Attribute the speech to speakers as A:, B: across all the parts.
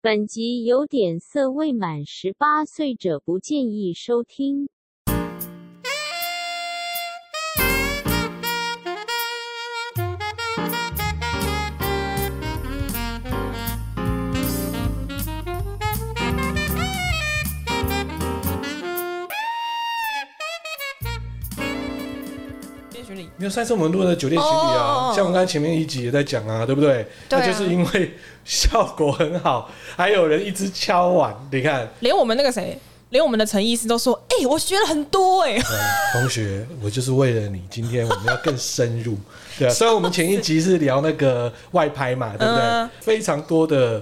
A: 本集有点色，未满十八岁者不建议收听。
B: 巡礼，
C: 没有，上次我们录的酒店情侣啊
B: 哦哦哦
C: 像我们刚才前面一集也在讲啊，对不对？
B: 对啊
C: 那就是因为效果很好，还有人一直敲碗，你看，
B: 连我们那个谁，连我们的陈医师都说，哎、我学了很多哎、
C: 嗯同学，我就是为了你，今天我们要更深 入，对啊。虽然我们前一集是聊那个外拍嘛，对不对？
B: 嗯
C: 非常多的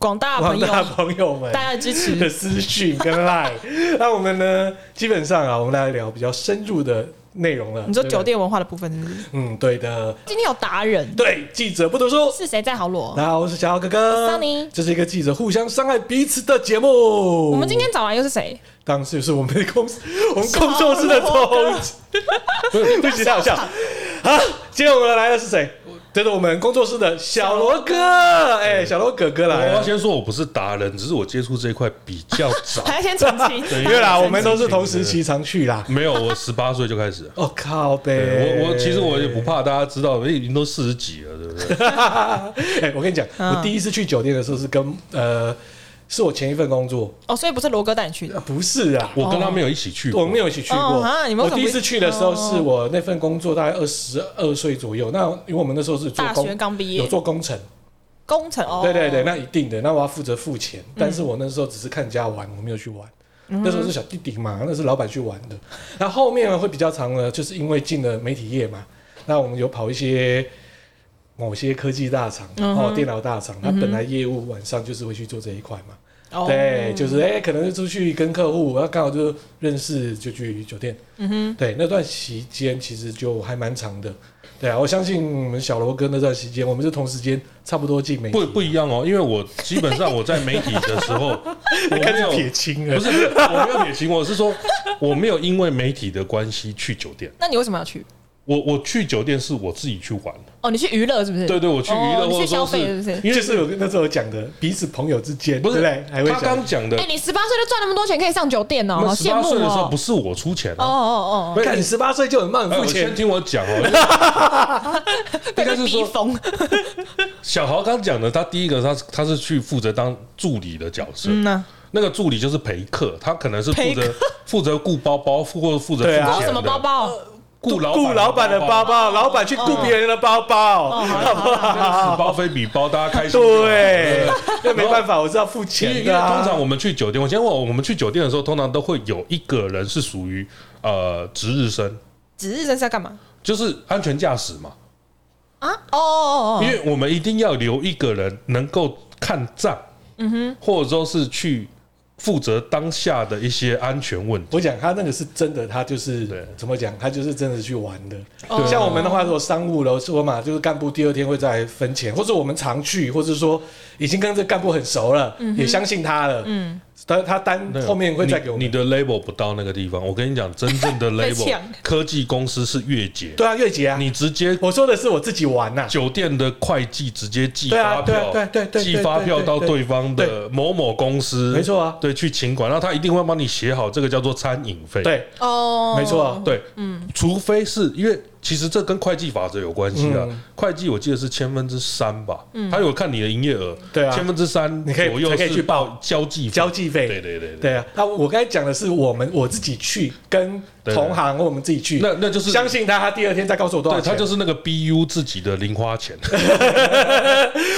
B: 广大
C: 广
B: 朋友，
C: 大朋友们，
B: 大家的支
C: 的
B: 持，
C: 私讯跟 line。那我们呢，基本上啊，我们来聊比较深入的内容了。
B: 你说
C: 对不对
B: 酒？店文化的部分是不是？
C: 嗯，对的。
B: 今天有达人，
C: 对，记者不读书。
B: 是谁在好裸？
C: 大家好，我是小豪哥哥，
B: 我是 Sunny
C: 这是一个记者互相伤害彼此的节目。
B: 我们今天找来又是谁？
C: 当然是是我们的 公司，我们工作室的同事，不是， 对不起，太好笑。好，今天我们来的是谁？这是我们工作室的小罗哥，哎，小罗哥哥
D: 我
C: 来
D: 要
C: 了。
D: 先说，我不是达人，只是我接触这一块比较 早。
B: 还要先澄清，
D: 对
C: 因为啦，我们都是同时期常去啦。
D: 没有，我十八岁就开始。
C: 哦靠呗，
D: 对我我其实我 也不怕大家知道，因为已经都四十几了，对不
C: 哦
D: 对？
C: 哎、我跟你讲，
B: 嗯
C: 我第一次去酒店的时候是跟呃，是我前一份工作，
B: 哦，所以不是罗哥带你去的
C: 啊、，不是啊，
D: 我跟他们有一起去过，
C: 我没有一起去过。
B: 哦啊你们为
C: 我
B: 什么哦
C: 第一次去的时候
B: 不
C: 是我那份工作大概二十二岁左右，那因为我们那时候是做
B: 大学
C: 工，
B: 刚毕
C: 有
B: 业，
C: 做工程，
B: 工程哦，嗯
C: 对对对，那一定的，那我要负责付钱，但是我那时候只是看人家玩，我没有去玩。那时候是小弟弟嘛，那是老板去玩的。那后面呢会比较长呢，就是因为进了媒体业嘛，那我们有跑一些某些科技大厂，
B: 嗯
C: 然后电脑大厂，那本来业务晚上就是会去做这一块嘛。
B: 哦
C: 对，就是哎、可能是出去跟客户，然后刚好就认识，就去酒店。嗯哼，对，那段期间其实就还蛮长的。对啊，我相信我们小罗哥那段时间，我们是同时间差不多进媒体，
D: 不不一样哦，因为我基本上我在媒体的时候，我
C: 开
D: 没
C: 始
D: 有
C: 撇清了。
D: 不是不是我没有撇清，我是说我没有因为媒体的关系去酒店，
B: 那你为什么要去？
D: 我我去酒店是我自己去玩，
B: 哦，你去娱乐是不是？
D: 对对，我去娱
B: 哦
D: 乐
B: 你
D: 或
B: 去
D: 者
B: 消
D: 说
B: 费是不是？
C: 因为是有那时候讲的，彼此朋友之间，
D: 不
C: 对
D: 是
C: 对？还会
D: 他
C: 讲
D: 刚讲的
B: 哎，，你十八岁就赚那么多钱，可以上酒店哦，好
D: 那十
B: 羡
D: 八
B: 慕
D: 岁的时候
B: 哦
D: 不。是我出钱
B: 哦
D: 啊，
B: 哦哦
C: 干，你十八岁就很慢
D: 哎
C: 付
D: 我
C: 钱
D: 先，听我讲 哦，
B: 哦，
D: 应
B: 被
D: 该
B: 被
D: 是
B: 逼
D: 说
B: 疯，
D: 小豪刚讲的，他第一个他是他是去负责当助理的角色，
B: 嗯 呐，
D: 那个助理就是陪客，他可能是负
B: 陪
D: 责 负责顾包包，或者负责付
C: 对啊
D: 钱
B: 包什么
D: 的
B: 包包？
D: 呃顾老
C: 顾老板的包
D: 包，
C: 包，老板去顾别人的包包，
B: 哦，好了好了好了，
D: 此啊包非彼包，大家开心就好。
C: 啊对，那没办
D: 法。
C: 法，我是要付
D: 因为
C: 钱
D: 因为
C: 的啊。
D: 通常我们去酒店，我先问我们去酒店的时候，通常都会有一个人是属于呃值日生，
B: 值日生是要干嘛
D: 就是安全驾驶嘛。
B: 啊？哦哦哦
D: 因
B: 哦，
D: 为我们一定要留一个人能够看账，嗯哼，或者说是去负责当下的一些安全问题。
C: 我讲他那个是真的，他就是
D: 对
C: 怎么讲，他就是真的去玩的。
B: 对
C: 像我们的话，如果商务楼说嘛，就是干部第二天会再来分钱，或者我们常去，或者说已经跟这干部很熟了，也相信他了，嗯，他他单后面会再给我
D: 你
C: 们。
D: 你的 label 不到那个地方，我跟你讲，真正的 label
B: 呛
D: 科技公司是月结，
C: 对啊，月姐啊，
D: 你直接
C: 我说的是我自己玩呐、
D: 酒店的会计直接寄
C: 对啊
D: 发
C: 对啊
D: 票，
C: 对啊对啊对啊
D: 寄发票到对方的某某公司，
C: 没错啊
D: 对，去请款，然后他一定会帮你写好这个叫做餐饮费，
C: 对，
B: 哦，
C: 没错啊
D: 对，嗯，除非是因为其实这跟会计法则有关系啊。
C: 嗯
D: 会计我记得是千分之三吧，他有看你的营业额，
C: 对啊
D: 千分之三
C: 你可以
D: 左右
C: 才可以
D: 是
C: 去报
D: 报交际费
C: 交际费，
D: 对对对对，
C: 对啊。那我刚才讲的是我们我自己去跟
D: 对对
C: 同行，我们自己去，
D: 那那就是
C: 相信他，他第二天再告诉我多少
D: 对
C: 钱。
D: 他就是那个 BU 自己的零花钱，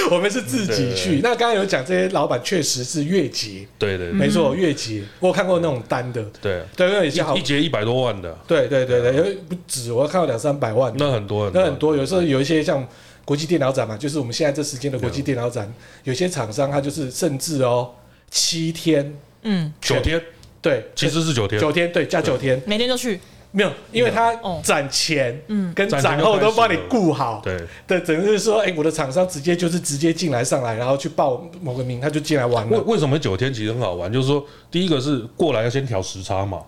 C: 我们是自己去。那刚才有讲这些老板确实是月结，
D: 对对对
C: 没错，月结，我有看过那种单的，
D: 对，
C: 对，因为也是好
D: 一一，节一百多万的，
C: 对对对对，有不止，我看到两三百万，
D: 那很多
C: 那很多，有时候有一些像。国际电脑展嘛，就是我们现在这时间的国际电脑展，有些厂商他就是甚至哦七天，
B: 嗯，
D: 九天，
C: 对，
D: 其实是九天，
C: 九天，对，加九天，
B: 每天就去，
C: 没有，因为他
B: 哦
C: 展前
B: 嗯
C: 跟
D: 展前
C: 展
D: 就
C: 后
D: 开
C: 都
D: 始
C: 帮你
D: 了
C: 顾好，
D: 对，
C: 对，等于是说，哎、我的厂商直接就是直接进来上来，然后去报某个名，他就进来玩
D: 为
C: 了。
D: 为什么九天其实很好玩？就是说，第一个是过来要先调时差嘛，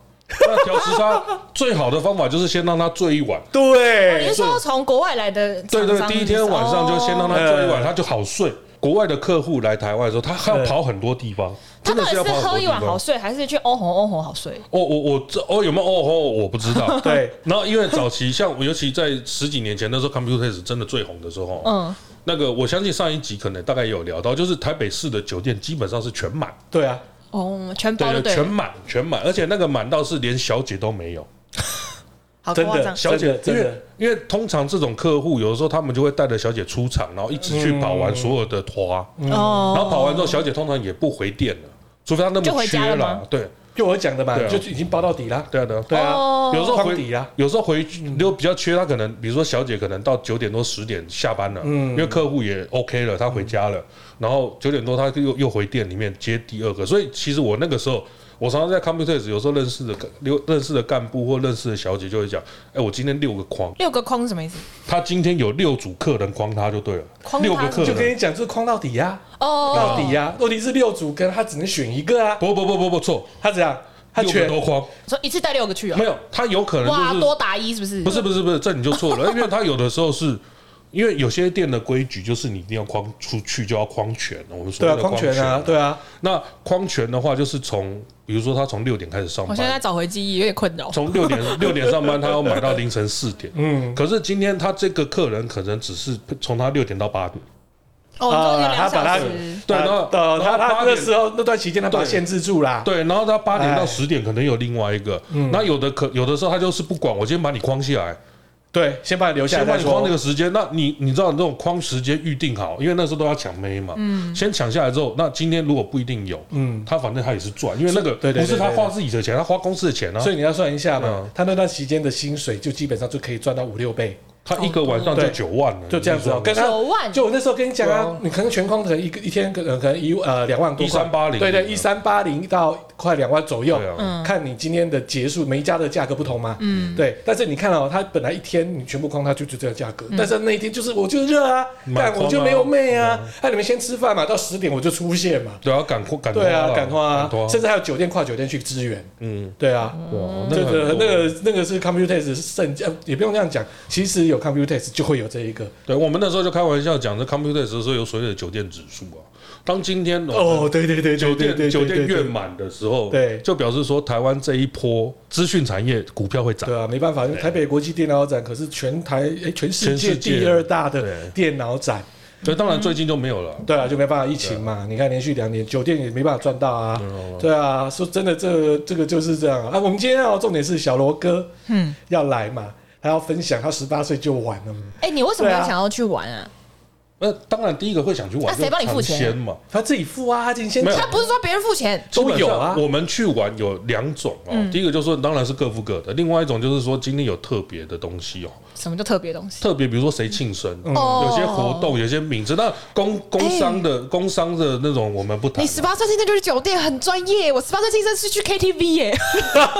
D: 那调时差 最好的方法就是先让他醉一晚。
C: 对，
B: 哦
D: 哎
B: 你是说从国外来的？
D: 对对，第一天晚上就先让他
C: 哦。
D: 醉一晚，他就好睡。国外的客户来台湾的时候，他还要跑很多地方，
B: 他
D: 真
B: 到
D: 的
B: 底
D: 是要
B: 是
D: 跑
B: 喝
D: 很多
B: 一
D: 地
B: 碗
D: 方。
B: 好睡，还是去欧红欧红好睡？
D: 哦，我我这哦有没有哦哦我不知 道
C: 对，
D: 然后因为早期像尤其在十几年前那时候，Computex 真的最红的时候，
B: 嗯，
D: 那个我相信上一集可能大概有聊到，就是台北市的酒店基本上是全满，
C: 对啊，
B: 哦，全嗯包就对了，
D: 全满全满，而且那个满到是连小姐都没有，
B: 好
C: 真的
B: 夸张。
D: 小姐
C: 真
D: 因
C: 的
D: 为因为通常这种客户有的时候他们就会带着小姐出场，然后一直去跑完所有的团，
B: 哦
D: 嗯然后跑完之后小姐通常也不回店了，除非她那
B: 就
D: 么
B: 回
D: 缺
B: 家了
D: 啦
B: 吗，
D: 对
C: 就我讲的嘛，
D: 对啊
C: 就已经包到底啦。
D: 对啊对啊。
C: 对啊，
B: 哦
D: 有时候
C: 框
D: 回
C: 底啦
D: 有时候回去如果比较缺，他可能比如说小姐可能到九点多十点下班了，因为客户也 OK 了，他回家了，然后九点多他又又回店里面接第二个，所以其实我那个时候。我常常在 Computex 有时候认识的干留认识的干部或认识的小姐就会讲，哎、我今天六个框，
B: 六个框是什么意思？
D: 他今天有六组客人框他就对了，
B: 框他
D: 六个客
C: 就跟
D: 人，
C: 你讲，就是框到底呀、
B: 哦，
C: 到底啊呀、问题是六组跟他只能选一个啊，
D: 不不不不不错，
C: 他怎样？他
D: 六个
C: 全
D: 都框，
B: 说一次带六个去啊
D: 没？有，他有可能
B: 哇，
D: 就是
B: 多打一是不是？
D: 不是不是不是，这你就错了，因为他有的时候是。因为有些店的规矩就是你一定要框出去就要框全，我们所
C: 对
D: 谓
C: 啊，
D: 的
C: 框全啊，对啊，
D: 那框全的话，就是从比如说他从六点开始上
B: 我现在在
D: 班，
B: 找回记忆，有点困扰。
D: 从六点六点上班，他要买到凌晨四点。
C: 嗯，
D: 可是今天他这个客人可能只是从他六点到八点，
B: 哦，你说有
C: 啊
B: 两
C: 他把
B: 小
C: 他
B: 时，
D: 对然后
C: 啊呃他
D: 然后
C: 他
D: 八
C: 那
D: 点
C: 时候那段期间他把他
D: 对
C: 限制住啦，
D: 对，然后他八点
C: 哎嗯
D: 到十点可能有另外一个，那有的可有的时候他就是不管，我今天把你框下来，
C: 对，先把你留下
D: 先
C: 来
D: 帮
C: 再
D: 你框那
C: 说。
D: 个时间，那你你知道你这种框时间预定好，因为那时候都要抢妹嘛，先抢下来之后，那今天如果不一定有，
C: 嗯，
D: 他反正他也是赚，因为那个
C: 对对对
D: 不是他
C: 对对
D: 花自己的钱，他花公司的钱啊，
C: 所以你要算一下嘛
D: 嗯，
C: 他那段期间的薪水就基本上就可以赚到五六倍，
D: 他一个晚上就
C: 对
D: 九万了，
C: 就这样子哦。跟他
B: 九万，
C: 就我那时候跟你讲
D: 对
C: 啊
D: 啊，
C: 你可能全框可能一个一天可能可能一呃两万多块，
D: 1380
C: 对对，一三八零到快两万左右
D: 对啊，
B: 嗯
C: 看你今天的结束，每一家的价格不同嘛，
B: 嗯，
C: 对，但是你看哦，他本来一天你全部框他就就这个价
B: 嗯
C: 格，但是那一天就是我就热啊，
D: 满
C: 但我
D: 框
C: 就
D: 啊
C: 没有妹啊，那你们先吃饭嘛，到十点我就出现嘛，
D: 对啊，赶快赶
C: 对啊，赶
D: 赶
C: 花啊，甚
D: 甚至
C: 至还有酒店跨酒店去支援，
D: 嗯，
C: 对啊，
D: 对啊
C: 这个
D: 很
C: 那
D: 多
C: 个那个是 Computex 盛，呃也不用这样讲，其实有 Computex 就会有这一个
D: 对，我们那时候就开玩笑讲，这 computer 的时候有所谓的酒店指数啊，当今天我
C: 哦
D: 们，
C: 对对对，对
D: 酒
C: 对
D: 店
C: 对
D: 酒店
C: 对对
D: 越满的时候，
C: 对
D: 就表示说台湾这一波资讯产业股票会涨。
C: 对啊，没办法，因为台北国际电脑展可是全台诶全世
D: 全
C: 界
D: 世界
C: 第二大的
D: 对
C: 电脑展，
D: 所以当然最近就没有了。
C: 对啊，就没办法疫情嘛，你看连续两年酒店也没办法赚到啊，对啊，说真的，这个这个就是这样啊。啊我们今天哦，重点是小罗哥
B: 嗯，
C: 要来嘛，他要分享，他十八岁就玩了嘛，
B: 哎，你为什么要
C: 对啊
B: 想要去玩啊？
D: 那当然第一个会想去玩，
B: 那谁帮你付钱
D: 嘛？
C: 他自己付啊，他自己先
D: 没有
B: 他不是说别人付钱，
C: 都有
D: 基
C: 啊
D: 本上我们去玩有两种
B: 嗯
D: 哦，第一个就是说当然是各付各的，另外一种就是说今天有特别的东西哦，
B: 什么叫特别东西？
D: 特别比如说谁庆生，
B: 哦
D: 有些活动，有些名字，那工工商的工商的那种我们不
B: 哎
D: 谈
B: 你
D: 啊。
B: 十八岁庆生就是酒店，很专业。我十八岁庆生是去 KTV 耶，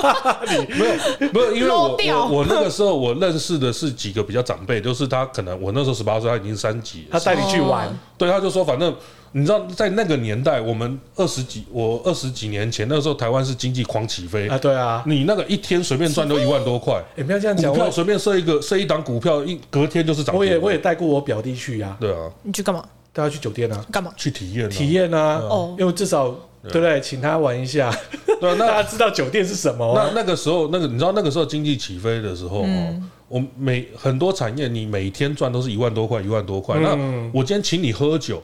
D: 没有没有，因为
B: 漏
D: 我
B: 掉
D: 我我那个时候我认识的是几个比较长辈，就是他可能我那时候十八岁，他已经三级了，
C: 他带你去玩，
D: 对，他就说反正你知道，在那个年代，我们二十几，我二十几年前那时候，台湾是经济狂起飞
C: 啊，，对啊，
D: 你那个一天随便赚都一万多块，
C: 也不要这样讲，
D: 嗯股票
C: 我
D: 随便设一个设一档股票，一隔天就是涨停。
C: 我也我也带过我表弟去啊，
D: 对啊，
B: 你去干嘛？
C: 带他去酒店啊，
B: 干嘛？
D: 去体验啊
C: 体验啊
B: 哦，
C: 因为至少
D: 嗯
C: 对不对，请他玩一下，
D: 对啊，
C: 大
D: 那
C: 家知道酒店是什么啊
D: 那。那个时候，那个你知道那个时候经济起飞的时
C: 嗯
D: 候哦，我每很多产业你每天赚都是一万多块，一万多
C: 嗯
D: 块。那我今天请你喝酒，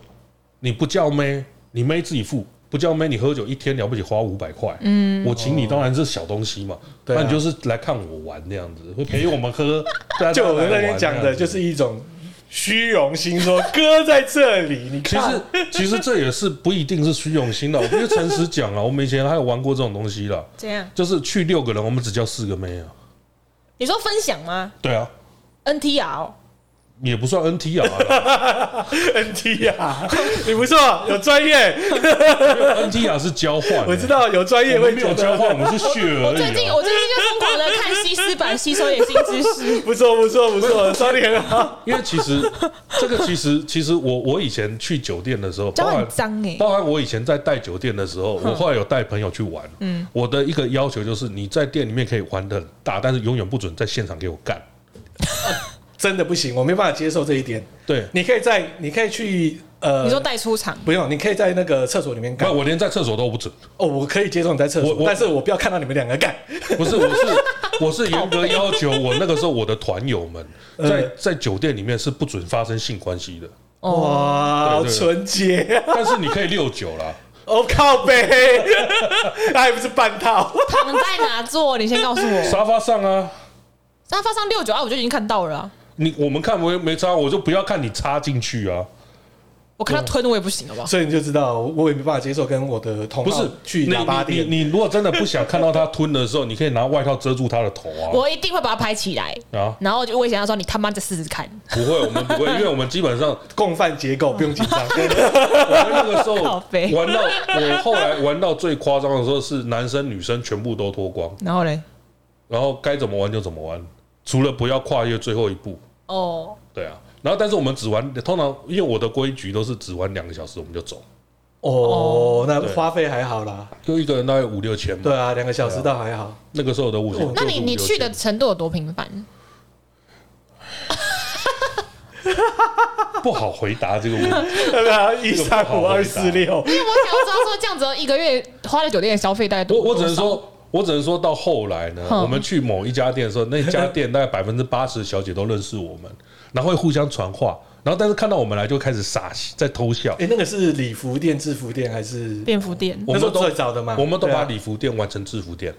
D: 你不叫妹，你妹自己付。不叫妹，你喝酒一天了不起花五百块，嗯，我请你当然是小东西嘛，
C: 对啊
D: 那你就是来看我玩那样子，会陪我 们喝，对啊
C: 就我
D: 大家
C: 们那
D: 来
C: 天
D: 玩
C: 讲
D: 这样
C: 的，
D: 子
C: 就是一种虚荣心，说哥在这里， 你
D: 其
C: 看
D: 实，其实这也是不一定是虚 荣心的，我必须诚实讲啊，我们以前还有玩过这种东西啦，
B: 怎样？
D: 就是去六个人，我们只叫四个妹啊，
B: 你说分享吗
D: 对啊，
B: ？NTR 哦
D: 也不算 NTR 啦
C: NT 啊，你不错，有专业，
D: NTR 是交换、
C: 我知，道有专业
D: 我
C: 会
D: 们没
C: 觉
D: 有交
C: 得
D: 换，我们是血而
B: 我最近
D: 已、啊
B: 我最近就疯狂的看西施版，吸收点新知识。
C: 不错，不错，不错，专业很好。
D: 因为其实这个其实其实我我以前去酒店的时候，
B: 脚
D: 包
B: 很嗯
D: 含
B: 脏哎、
D: 包含我以前在带酒店的时候，我后来有带朋友去玩，嗯，我的一个要求就是你在店里面可以玩的很大，但是永远不准在现场给我干。
C: 真的不行，我没办法接受这一点。
D: 对，
C: 你可以在，你可以去呃，
B: 你说带出场，
C: 不用，你可以在那个厕所里面干
D: 不，。我连在厕所都不准。
C: 哦，我可以接受你在厕
D: 我
C: 所
D: 我，
C: 但是我不要看到你们两个干。
D: 不是，我是我是严格要求我那个时候我的团 友们
C: 呃
D: 在在酒店里面是不准发生性关系的，
C: 哇，
D: 对对
C: 纯洁啊！
D: 但是你可以六酒啦。
C: 哦靠背， 那还不是半套？
B: 躺在哪坐？你先告诉 我。
D: 沙发上啊，
B: 沙发上六九啊，我就已经看到了啊、
D: 你我们看没没插，我就不要看你插进去啊。
B: 我看他吞我也不行，好不好？
C: 所以你就知道，我也没办法接受跟我的同
D: 不
C: 好
D: 是
C: 哦去
D: 你
C: 喇叭
D: 你
C: 店。
D: 你你如果真的不想看到他吞的时候，你可以拿外套遮住他的头啊。
B: 我一定会把它拍起来，
D: 啊，
B: 然后就威胁他说：“你他妈再试试看。
D: 不会，我们不会，因为我们基本上
C: 共犯结构不用紧 张，
D: 我们那个时候
B: 靠北
D: 玩到我后来玩到最夸张的时候是男生女生全部都脱光，”
B: 然后嘞，
D: 然后该怎么玩就怎么玩，除了不要跨越最后一步。
B: 哦，
D: 对啊，然后但是我们只玩，通常因为我的规矩都是只玩两个小时我们就走，
C: 哦，那
D: 对
C: 花费还好啦。
D: 就一个人大概五六千嘛。
C: 对啊，两个小时倒还好。
D: 那个时候的物价，
B: 那你你去的
D: 就是
B: 程度有多频繁？
D: 五六千不好回答这个问题。
C: 对啊，一三五二四六，
B: 因为我想要知道说，这样子一个月花在酒店的消费大概多
D: 我我只能
B: 多少
D: 说，我只能说到后来呢，
B: 哼
D: 我们去某一家店的时候，那家店大概百分之八十小姐都认识我们，然后会互相传话，然后但是看到我们来就开始傻笑，在偷笑。
C: 哎，那个是礼服店、制服店还是？
B: 便服店
D: 我
C: 那
D: 们
C: 时候
D: 都
C: 最早的嘛，
D: 我们都
C: 对啊
D: 把礼服店玩成制服店，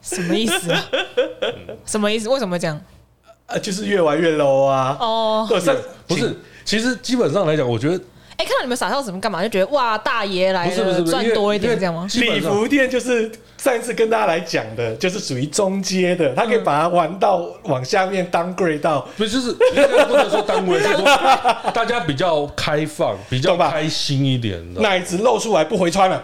B: 什么意思？啊 什么意思？为什么这样？
C: 啊，就是越玩越 low
D: 嗯
C: 啊。
B: 哦，
C: 对上
D: 不是？其实基本上来讲，我觉得
B: 哎，看到你们傻笑什么干嘛？就觉得哇，大爷来
D: 不是不是
B: 了，
D: 不是因
B: 赚
D: 为
B: 多一点
D: 因为
B: 这样吗？
D: 基
C: 礼
D: 本上
C: 服店就是上一次跟大家来讲的，就是属于中阶的，他可以把它玩到往下面当 grade 到，
D: 不是就是应该不能说单 位，就是说大家比较开放，比较
C: 懂吧
D: 开心一点的。
C: 奶子露出来不回穿了。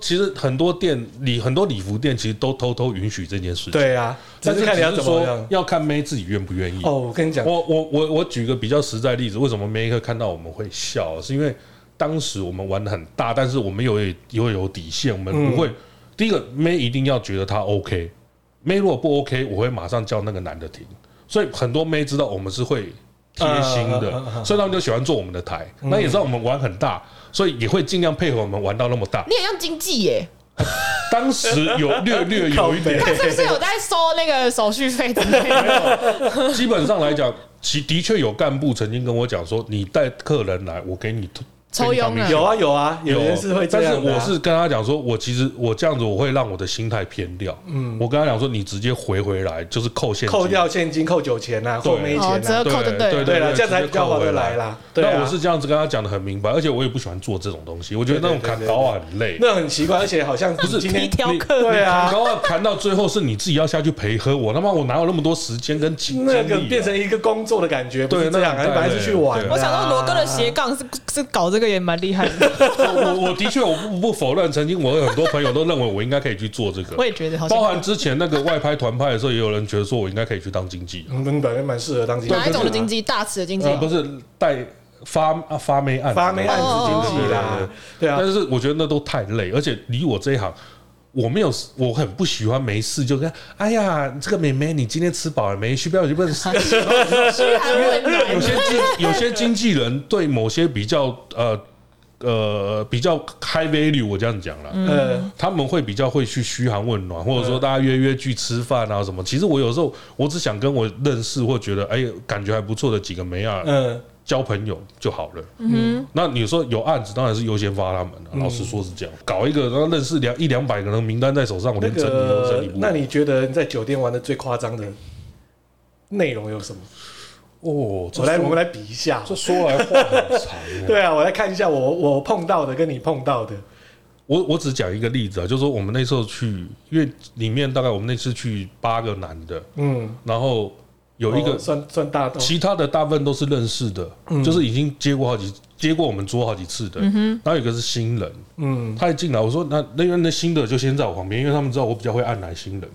D: 其实很多店里很多礼服店其实都偷偷允许这件事情，，
C: 对啊，只
D: 但
C: 是
D: 是
C: 看你要
D: 只
C: 怎
D: 是
C: 么
D: 说
C: 样。
D: 要看妹自己愿不愿意。
C: 哦，我跟你讲，
D: 我我我我举个比较实在例子，为什么妹克看到我们会笑，是因为当时我们玩的很大，但是我们有有有底线，我们
C: 嗯
D: 不会、第一个妹一定要觉得她 OK，妹如果不 OK，我会马上叫那个男的停，所以很多妹知道我们是会贴心的，
C: 啊啊啊嗯啊啊
D: 所以他们就喜欢坐我们的台，那也知道我们玩很大，所以也会尽量配合我们玩到那么大。
B: 你很像经纪耶，
D: 当时有略略有一点
C: 靠，北
B: 是不是有在收那个手续费之类的？
D: 基本上来讲，其的确有干部曾经跟我讲说，你带客人来，我给你
B: 抽佣啊
D: 给你
C: 有啊有啊，有
D: 有
C: 人是会这
D: 但是
C: 样的
D: 我
C: 啊。
D: 是跟他讲说，我其实我这样子我会让我的心态偏掉。嗯，我跟他讲说，你直接回回来就是扣现金，
C: 扣掉现金、扣酒钱啊，
D: 对
C: 扣没
B: 哦，
C: 钱啊
B: 折。扣就
D: 对
B: 对
D: 对
B: 了。
C: 对了，
D: 对
C: 这样才
D: 直
C: 比
D: 接
C: 较
D: 扣
C: 划得
D: 回来
C: 来啦。对
D: 那
C: 啊，
D: 我是这样子跟他讲的很明白，而且我也不喜欢做这种东西，我觉得那种砍高啊很累。
C: 那很奇怪，而且好像不
D: 是
C: 今
B: 你
C: 天
B: 挑客
C: 对啊
D: 砍，高啊砍到最后是你自己要下去陪喝我，他妈我哪有那么多时间跟精
C: 那
D: 精
C: 个
D: 力啊
C: 变成一个工作的感觉，不是
D: 对那
C: 这样啊，
D: 很
C: 本来是去玩
D: 对
C: 的啊。
D: 我
B: 杠是 是搞这个也蛮厉害 的，
D: 我我的确我不不否认，曾经我有很多朋友都认为我应该可以去做这 个，
B: 也觉得好
D: 包含之前那个外拍团拍的时候，也有人觉得说我应该可以去当经纪人，
C: 嗯，本来蛮适合当经纪人
B: 哪一种的经济？大尺的经济
D: 呃，？不是带发啊发霉案
C: 发霉案
B: 哦
C: 子经济
D: 对对
C: 啦
D: 对，
C: 对啊
D: 但，是我觉得那都太累，而且离我这一行。我没有，我很不喜欢没事就跟，哎呀，这个妹妹，你今天吃饱了没？需不要去问。有些经有些经纪人对某些比较呃呃比较 high value，我这样讲啦，
C: 呃，
D: 他们会比较会去嘘寒问暖，或者说大家约约去吃饭啊什么。其实我有时候我只想跟我认识或觉得哎感觉还不错的几个梅啊
C: 嗯，
D: 交朋友就好了。嗯，那你说有案子当然是优先发他们
C: 嗯
D: 了。老实说是这样，搞一个然后认识两一两百个人名单在手上，我
C: 那
D: 连整理都整
C: 个
D: 理，不
C: 那
D: 完。
C: 你觉得你在酒店玩的最夸张的内容有什么？
D: 哦，这
C: 我来，
D: 说
C: 我们来比一下。
D: 这说来话很长 哦。
C: 对啊，我来看一下我我碰到的跟你碰到的，
D: 我我只讲一个例子啊，就是说我们那时候去，因为里面大概我们那次去八个男的，
C: 嗯，
D: 然后有一个
C: 哦嗯算算大头，
D: 其他的大部分都是认识的，就是已经接过好几接过我们桌好几次的。然后有一个是新人，
C: 嗯，
D: 他一进来，我说那那那新的就先在我旁边，因为他们知道我比较会按来新人，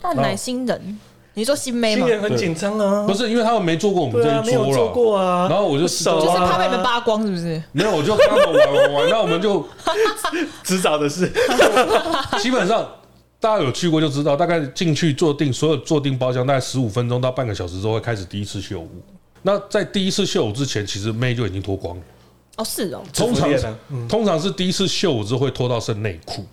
B: 但奶新人，你说新妹吗
C: 新？人很紧张啊
D: 不，是因为他们没做过我们
C: 对啊，
D: 这
C: 没
D: 一
C: 有
D: 桌
C: 做
D: 了。
C: 过啊，
D: 然后我就
C: 不熟
B: 就是
C: 啊
B: 怕被你们扒光，是不是？
D: 没有，我就跟他们玩玩玩，那我们就
C: 迟早的事，
D: 基本上大家有去过就知道，大概进去坐定，所有坐定包厢大概十五分钟到半个小时之后会开始第一次秀舞。那在第一次秀舞之前，其实妹就已经脱光了。
B: 哦，是哦，
D: 通
C: 制服
D: 常
C: 店
D: 是
C: 啊
D: 通常是第一次秀舞之后会脱到剩内裤，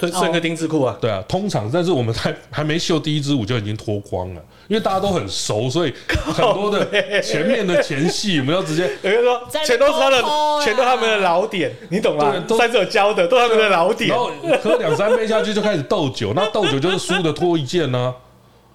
C: 剩剩个丁字裤啊，
D: 对啊，通常，但是我们还还没秀第一支舞就已经脱光了，因为大家都很熟，所以很多的前面的前戏，我们要直接
C: 有人说
B: 在
C: 全都是他的
B: 偷啊偷，啦
C: 全都他们的老点，你懂吗
D: 对都？
C: 三手教的，都他们的老点
D: 然。后喝两三杯下去就开始斗酒，那斗酒就是输的脱一件呢、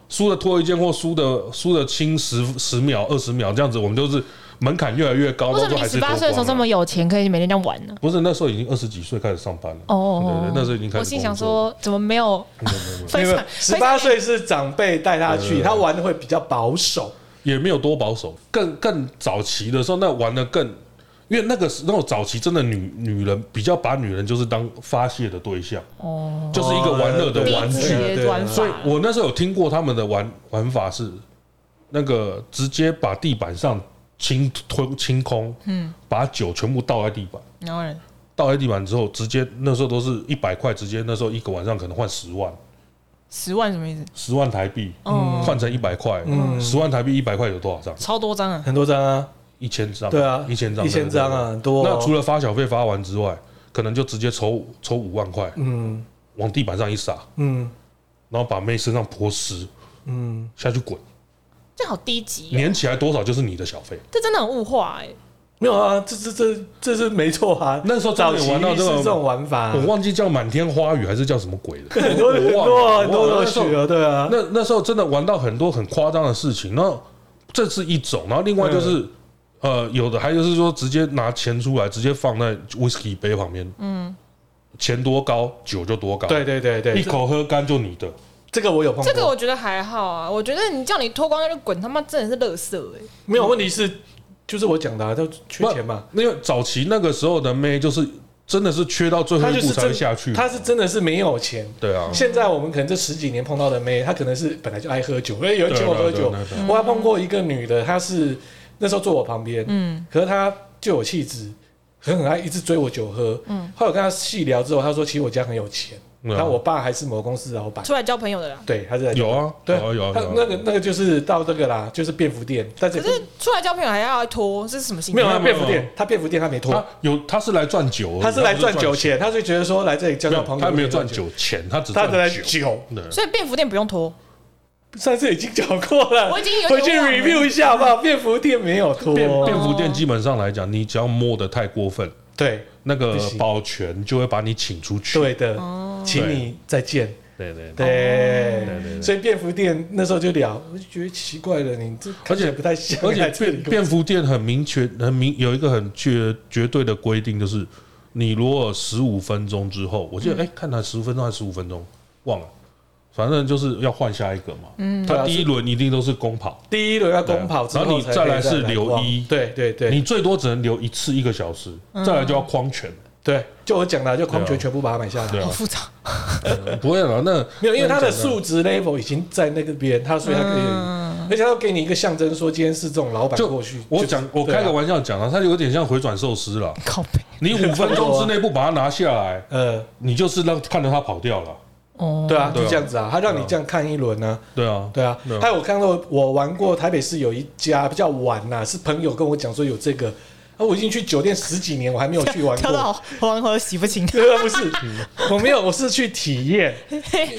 D: 输的脱一件或输的输的轻十十秒、二十秒这样子，我们就是门槛越来越高，
B: 为
D: 到
B: 什
D: 最后
B: 么
D: 还
B: 你
D: 是啊
B: 十八岁的时候这么有钱，可以每天这样玩呢？
D: 不是那时候已经二十几岁开始上班了，
B: 哦
D: 对对，对那时候已经开始
B: 我心想
D: 工作
B: 说，怎么没有
C: 没
B: 分
C: 有
B: 享？
C: 十八
B: 分享
C: 岁是长辈带他
D: 对对
C: 去，
D: 对
C: 他玩的会比较保守。
D: 也没有多保守，更更早期的时候，那玩的更，因为那个时那种早期真的女女人比较把女人就是当发泄的对象，
B: 哦，
D: 就是一个玩乐的
C: 对
D: 玩具，
C: 对对
B: 理解玩法
D: 所以我那时候有听过他们的玩玩法是，那个直接把地板上清吞清空，嗯，把酒全部倒在地板，
B: 然后呢？
D: 倒在地板之后，直接那时候都是一百块，直接那时候一个晚上可能换十万，
B: 十万什么意思？
D: 十万台币
B: 哦，
D: 换成一百块，
C: 嗯
D: 十万台币一百块有多少张？
B: 超多张啊！
C: 很多张啊，
D: 一千张，
C: 对啊，
D: 一千张，
C: 一千张啊，很多哦。
D: 那除了发小费发完之外，可能就直接抽抽五万块
C: 嗯
D: 往地板上一撒，
C: 嗯
D: 然后把妹身上泼湿
C: 嗯，
D: 下去滚，
B: 这好低级、哦，
D: 粘起来多少就是你的小费。
B: 这真的很物化哎、
C: 没有啊，这这这这是没错啊。
D: 那时候真
C: 早
D: 的有
C: 期
D: 玩到
C: 是
D: 这种
C: 这种玩法，啊
D: 我忘记叫满天花雨还是叫什么鬼的，
C: 很多很
D: 我
C: 多
D: 忘了
C: 很多
D: 我忘
C: 都
D: 了那时候
C: 学了，对啊。
D: 那那时候真的玩到很多很夸张的事情，然后这是一种，然后另外就是。
C: 嗯
D: 呃，有的还有就是说，直接拿钱出来，直接放在 whisky 杯旁边，嗯，钱多高，酒就多高，
C: 对，对对
D: 一
C: 对，
D: 口喝干就你的，
C: 这个我有碰
B: 这个
C: 过。
B: 我觉得还好啊，我觉得你叫你脱光那就滚，他妈真的是乐色哎！
C: 没有问题是，就是我讲的，啊，都缺钱嘛。
D: 因为早期那个时候的妹就是真的是缺到最后
C: 他
D: 一
C: 就
D: 步
C: 是
D: 才会
C: 真
D: 下去，
C: 他是真的是没有钱。
D: 对啊，
C: 现在我们可能这十几年碰到的妹，她可能是本来就爱喝酒，哎，有人请我喝酒
D: 对对对。
C: 我还碰过一个女的，她是那时候坐我旁边，嗯，可是她就有气质，很很爱一直追我酒喝。嗯，后来我跟她细聊之后，她说其实我家很有钱，
D: 嗯
C: 然后我爸还是某公司老板，
B: 出来交朋友的啦，
C: 对，她是在
D: 有啊，
C: 对
D: 有啊有啊，
C: 她
D: 有啊
C: 那个那个就是到这个啦，就是便服店，但是
B: 可是出来交朋友还要脱，这是什么心
C: 没
B: 态？
C: 有啊，
D: 没有
C: 便服
D: 没有
C: 店，她便服店她没脱
D: 哦他，有他是来赚酒而已，
C: 她是来
D: 不
C: 赚酒，钱，她就觉得说来这里交
D: 没
C: 交
D: 有
C: 朋友，
D: 他没有赚，酒钱，他只
C: 她
D: 赚
C: 只来
D: 酒，
C: 酒。
D: 对
B: 所以便服店不用脱，
C: 上次已经讲过了，
B: 我已经有点
C: 回去
B: 忘了
C: review 一下好不好？便服店没有脱，
D: 便便服店基本上来讲，你只要摸得太过分，
C: 对
D: 那个
C: 不行
D: 保全就会把你请出去。
C: 对的，
B: 哦
C: 请你再见。
D: 对对对，
C: 对
D: 对对
C: 所以便服店那时候就聊，我就觉得奇怪了，你这看起来不太像，
D: 而且
C: 来这里
D: 便便服店很明确、很明有一个很绝绝对的规定，就是你如果十五分钟之后，我记得
C: 嗯
D: 哎、看他十五分钟还是十五分钟，忘了，反正就是要换下一个嘛。嗯，
C: 对
D: 他
C: 啊
D: 第一轮一定都是公跑，啊
C: 第一轮要公跑之
D: 然后
C: 后
D: 你
C: 才可以
D: 再
C: 再
D: 来是留
C: 留
D: 一
C: 对对
D: 你
C: 对
D: 最多只能留一次一个小时，再来就要框拳。
C: 对，就我讲的，就狂
D: 对
C: 拳
D: 啊
C: 全部把它买下来
D: 对。啊
B: 好，复杂。
D: 不会了，那
C: 没有，因为他的
D: 那你讲
C: 数值 level 已经在那个边，他所以他可以，
B: 嗯
C: 而且他要给你一个象征，说今天是这种老板
D: 就
C: 过去。
D: 我
C: 就是
D: 讲，我
C: 对啊
D: 开个玩笑讲啊，它有点像回转寿司了。
B: 靠背
D: 你五分
C: 啊
D: 钟之内不把它拿下来，
C: 呃，
D: 你就是让看着它跑掉了。
B: 哦，
C: 对啊，
D: 对啊
C: 就这样子啊，他让你这样看一轮啊，
D: 对啊，
C: 对啊
D: 对啊，
C: 还有我看到我玩过台北市有一家比较晚呐、是朋友跟我讲说有这个，啊，我已经去酒店十几年，我还没有去玩
B: 跳
C: 过。
B: 到黄河洗不清，
C: 对啊，不是，我没有，我是去体验，
B: 要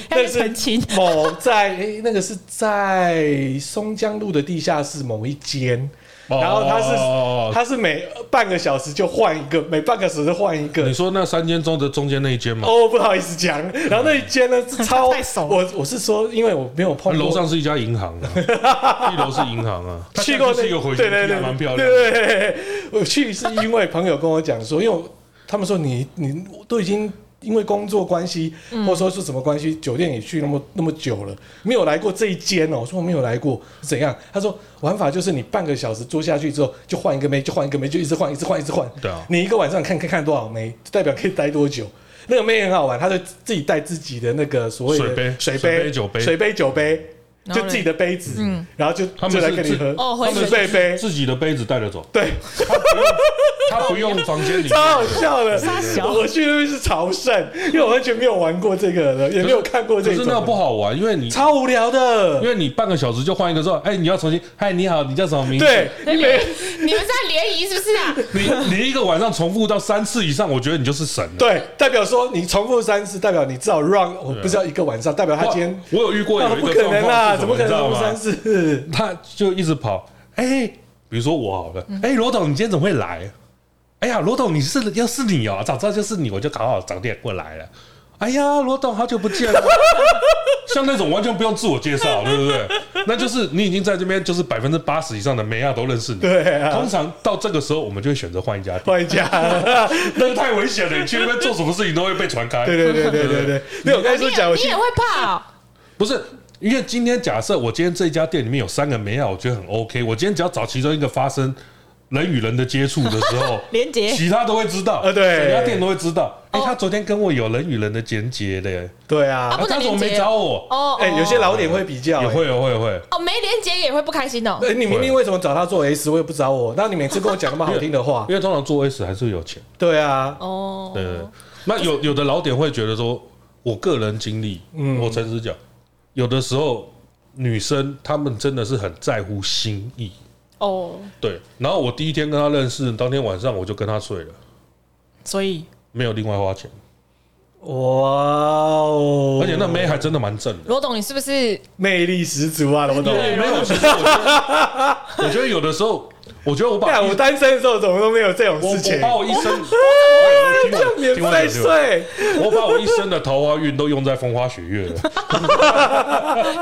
C: 那
B: 去澄
C: 是
B: 清。
C: 某在诶，那个是在松江路的地下室某一间，
D: 哦
C: 然后它
D: 哦哦
C: 是它是每半个小时就换一个，每半个小时换一个
D: 你，说那三间中的中间那一间嘛，
C: 哦，不好意思讲。然后那一间 呢是超
B: 太熟了
C: 我我是说，因为我没有碰过
D: 楼上是一家银行 啊，一楼是银行啊。它
C: 去过
D: 现在就是一个回
C: 对
D: 旋
C: 对
D: 踢啊，
C: 对，
D: 蛮漂亮的。
C: 对对对， 我去是因为朋友跟我讲说，因为我他们说你你都已经因为工作关系，或者说是什么关系，酒店也去那么那么久了，没有来过这一间哦。我说我没有来过，怎样？他说玩法就是你半个小时坐下去之后，就换一个妹，就换一个妹，就一直换，一直换，一直换。
D: 对啊
C: 你一个晚上看看看多少妹，就代表可以待多久。那个妹很好玩，她就自己带自己的那个所谓的
D: 水杯
C: 水
D: 水
C: 杯、
D: 杯酒杯
C: 水杯、酒杯，
B: 然后
C: 就
B: 嘞
C: 自己的杯子，
B: 嗯
C: 然后就
D: 他们
C: 就是来跟你
D: 自
C: 喝，
B: 哦会
C: 他们
B: 自己
C: 背杯，
D: 自己的杯子带 着走，
C: 对，
D: 他不用房间里 面
C: 超好笑的。
B: 小
C: 我去那边是朝圣，因为我完全没有玩过这个的，也没有看过这
D: 可
C: 个，
D: 是那不好玩，因为你
C: 超无聊
D: 因
C: 的。
D: 为你半个小时就换一个之后，哎，你要重新，嗨，你好，你叫什么名字？
C: 对，
B: 你们你们在联谊是不是啊？
D: 你你一个晚上重复到三次以上，我觉得你就是神了。
C: 对，代表说你重复三次，代表你至少 run，我不知道一个晚上，代表他
D: 啊哇
C: 今天
D: 我有遇过有一
C: 不
D: 个
C: 可
D: 状
C: 能
D: 况
C: 啦，
D: 是什
C: 怎么可能
D: 你知道
C: 重复
D: 吗
C: 三？次？
D: 他就一直跑，哎、比如说我好了，
C: 嗯
D: 哎、罗董，你今天怎么会来？哎呀，罗董，你是要是你哦、早知道就是你，我就刚好早点过来了。哎呀，罗董，好久不见了。 像那种完全不用自我介绍，对不对？那就是你已经在这边，就是百分之八十以上的梅亚都认识你。
C: 对啊
D: 通常到这个时候，我们就会选择换一家 店，
C: 换一 家，
D: 那个太危险了，你去那边做什么事情都会被传开。
C: 对对对对对对。那我刚才
B: 你
C: 说讲，
B: 也
C: 我
B: 你
C: 去
B: 也会怕哦？，
D: 不是，因为今天假设我今天这一家店里面有三个美亚，我觉得很 OK。我今天只要找其中一个发生人与人的接触的时候
B: 连结
D: 其他都会知道，
C: 呃对
D: 整家店都会知道。哎、
B: 哦
D: 他昨天跟我有人与人的连接的耶，
C: 对啊
B: 啊，不
D: 啊
B: 能
D: 他怎
B: 连
D: 么没
B: 结
D: 找我？
B: 哦，
C: 哎，
B: 哦
C: 有些老点会比较，
D: 也
C: 哎
D: 会有会有会，
B: 哦没连结也会不开心哦。
C: 哎，你明明为什么找他做 S，我也不找我，那你每次跟我讲那么好听的话，
D: 因为通常做 S 还是有钱。
C: 对啊，
B: 哦，
D: 对，那有有的老点会觉得说，我个人经历，
C: 嗯
D: 我诚实讲，有的时候女生她们真的是很在乎心意。
B: 哦，
D: 对，然后我第一天跟她认识，当天晚上我就跟她睡了。
B: 所以
D: 没有另外花钱，
C: 哇哦，
D: 而且那妹还真的蛮正的。
B: 罗董，你是不是
C: 魅力十足啊，罗董。
D: 也没有，其实我觉 得，我觉得有的时候，我觉得我把
C: 干，我单身的时候怎么都没有这种
D: 我
C: 事情
D: 啊我，把我一生，
C: 这样免
D: 听我讲
C: 费，睡，
D: 我把我一生的桃花运都用在风花雪月 了。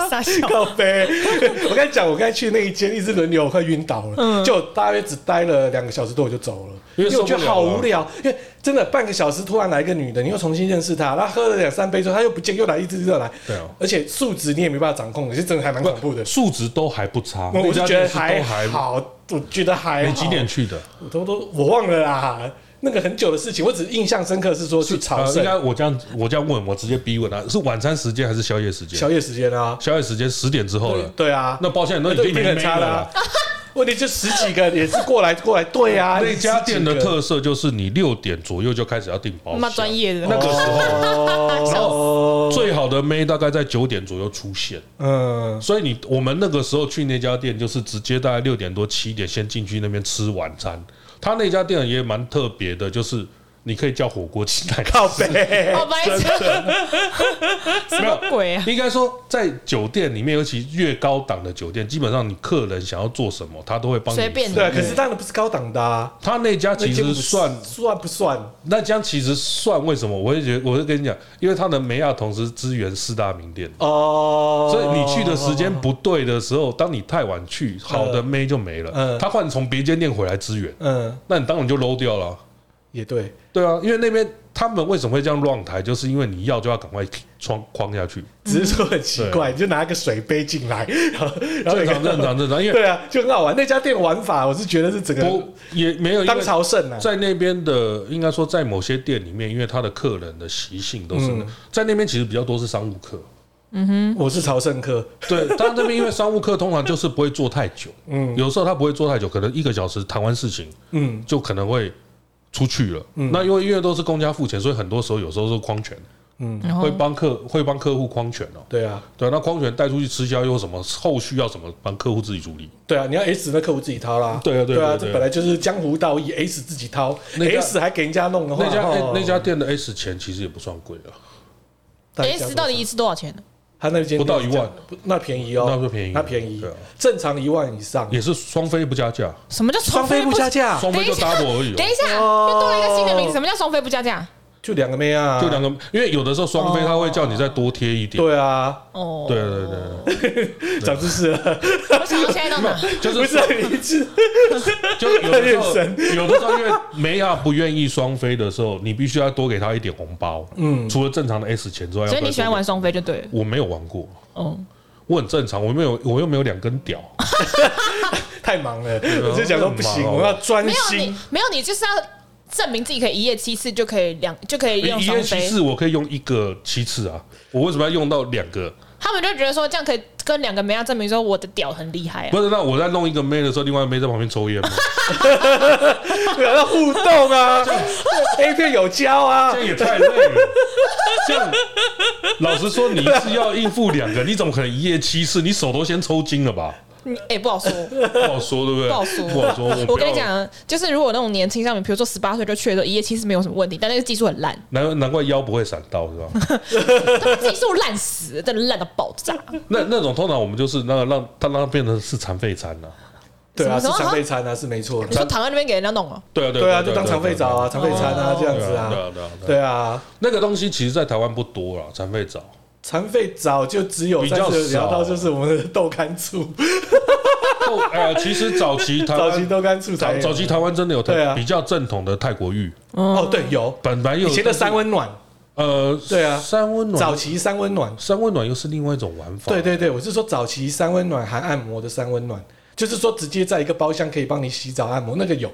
B: 傻笑？
C: 告白。 我跟你讲，我刚才去那一间一直轮流，我快晕倒了，就大约只待了两个小时多，我就走了，
D: 因为
C: 我觉得
D: 受不了啊
C: 好
D: 了
C: 无聊，因为真的半个小时突然来一个女的，你又重新认识她，她喝了两三杯之后，她又不见，又来一直又来，
D: 对啊
C: 而且数值你也没办法掌控，是真的还蛮恐怖的。
D: 数值都还不差，
C: 我我就
D: 那家
C: 觉
D: 店
C: 得
D: 是都
C: 还好，我觉得还好
D: 你几点去的？
C: 我都都我忘了啦，那个很久的事情，我只印象深刻是说去朝
D: 呃应
C: 圣
D: 该我这样我这样问，我直接逼问他，是晚餐时间还是宵夜时间
C: 宵？夜时间啊，
D: 宵夜时间十点之后了。
C: 对啊，
D: 那包厢都已
C: 那就
D: 经
C: 一定
D: 没
C: 很
D: 妹
C: 差啊
D: 了
C: 啦
D: 啦。
C: 问题就十几个也是过来 过来，对啊，
D: 那家店的
C: 十几个
D: 特色就是你六点左右就开始要订包
B: 妈
D: 厢，
B: 专业的
D: 那个时候。
C: 哦，
D: 然后最好的妹大概在九点左右出现，
C: 嗯，
D: 所以你我们那个时候去那家店，就是直接大概六点多七点先进去那边吃晚餐。他那家店也蛮特别的，就是你可以叫火锅进来，
C: 靠 背，
B: 哦，白痴，什么鬼啊？
D: 应该说在酒店里面，尤其越高档的酒店，基本上你客人想要做什么，他都会帮你
B: 随便
D: 服务
C: 对啊，可是当然不是高档的啊，
D: 他那家嗯其
C: 那间不
D: 实算
C: 算不算？
D: 那家其实算为什么？我会觉得，我会跟你讲，因为他的梅亚同时支援四大名店。
C: 哦，
D: 所以你去的时间不对的时候，当你太晚去，好的妹就没了。
C: 嗯
D: 他换从别间店回来支援，
C: 嗯，
D: 那你当然就 low 掉了啊。
C: 也对，
D: 对啊，因为那边他们为什么会这样乱台，就是因为你要就要赶快窗框下去，
C: 只是说很奇怪，你就拿个水杯进来，然后然后
D: 正
C: 有
D: 常
C: 个
D: 正常正常，因为
C: 对啊，就很好玩。那家店玩法，我是觉得是整个
D: 不也没有因
C: 当
D: 为
C: 朝圣啊，
D: 在那边的，应该说在某些店里面，因为他的客人的习性都是那
C: 嗯
D: 在那边其实比较多是商务客，
C: 我是朝圣客，
D: 对，他那边因为商务客通常就是不会做太久，嗯，有时候他不会做太久，可能一个小时谈完事情，
C: 嗯，
D: 就可能会出去了。那因为因为都是公家付钱，所以很多时候有时候是框权，
B: 然后
D: 会帮客会帮客户框权哦、
C: 对啊，
D: 对啊，那框权带出去吃宵夜，什么后续要怎么帮客户自己处理？
C: 对啊，你要 S 那客户自己掏啦。
D: 对啊对啊
C: 对啊，
D: 对啊
C: 这本来就是江湖道义，S 自己掏
D: 那家
C: ，S 还给人家弄的话，
D: 那家、
C: 哦
D: 那家店的 S 钱其实也不算贵啊了，
C: 大概这样
B: S 到底一次多少钱呢？
C: 他那间
D: 不到一万，
C: 不那便宜哦，
D: 那就便宜
C: 那便宜
D: 对啊，
C: 正常一万以上，
D: 也是双飞不加价，
B: 什么叫
C: 双
B: 飞
C: 飞不加？价，
D: 双飞就
B: 等一下
D: double 而已哦、
B: 等一下，
C: 哦
B: 又多了一个新的名字，什么叫双飞不加价？
C: 就两个妹啊，
D: 就两个，因为有的时候双飞他会叫你再多贴一点。
C: 对啊，
B: 哦，
D: 哦对对对对，啊
C: 长知识了，
B: 我想到现在到哪？
D: 就
C: 不
D: 是
C: 是啊你是
D: 就有的 时候，
C: 眼
D: 有的时候因为梅亚不愿意双飞的时候，你必须要多给他一点红包。嗯，除了正常的 S 钱之外，要
B: 所以
D: 不然
B: 你喜欢
D: 多
B: 玩双飞就对了
D: 给？。我没有玩过，
B: 嗯，
D: 我很正常，我没有，我又没有两根屌。
C: 太忙了，
D: 啊
C: 我就想说不
D: 很
C: 行，
D: 忙哦
C: 我要专
B: 没有
C: 心
B: 你，，没有你就是要证明自己可以一夜七次就可以两就可以用
D: 一夜
B: 双
D: 七
B: 飞。
D: 次我可以用一个七次啊，我为什么要用到两个？
B: 他们就觉得说这样可以跟两个妹要证明说我的屌很厉害啊
D: 不。是，那我在弄一个妹的时候，另外一个妹在旁边抽烟 吗？
C: 对啊，要互动 啊，A 片有教啊
D: 这，样也太累了。这样，老实说，你一次要应付两个，你怎么可能一夜七次？你手都先抽筋了吧？
B: 你哎、不好说，
D: 不好说，对不对？
B: 不好说
D: 不好说。不要
B: 我跟你，讲，就是如果那种年轻上面，比如说十八岁就去的时候，一夜其实没有什么问题，但那个技术很烂，
D: 难难怪腰不会闪到，是吧？
B: 技术烂死了，真的烂到爆炸。
D: 那那种通常我们就是那个让他让他变成是残废餐了、
C: 对啊，
B: 什
C: 是
B: 么
C: 常备餐啊，是没错
B: 你
C: 的。
B: 说躺在那边给人家弄哦、
D: 对啊，对
C: 对啊，就当常备
D: 对
C: 澡啊，常备餐啊，这样
D: 对
C: 子
D: 啊，
C: 啊，
D: 对啊，对啊。对啊
C: 对啊，
D: 那个东西其实，在台湾不多了，残废澡。
C: 残废澡就只有
D: 比较
C: 上次有聊到
D: 少
C: 就是我们的豆干醋，
D: 后呃，其实早期 台
C: 早期
D: 湾
C: 豆干醋才
D: 早
C: 有
D: 早期台湾真的有
C: 对啊
D: 比较正统的泰国浴，
C: 哦，对，有
D: 本来有
C: 以前的三温暖，
D: 呃，
C: 对啊
D: 三温暖
C: 早期三温暖，
D: 三温暖又是另外一种玩法。
C: 对对对，我是说早期三温暖含按摩的三温暖，就是说直接在一个包厢可以帮你洗澡按摩，那个有，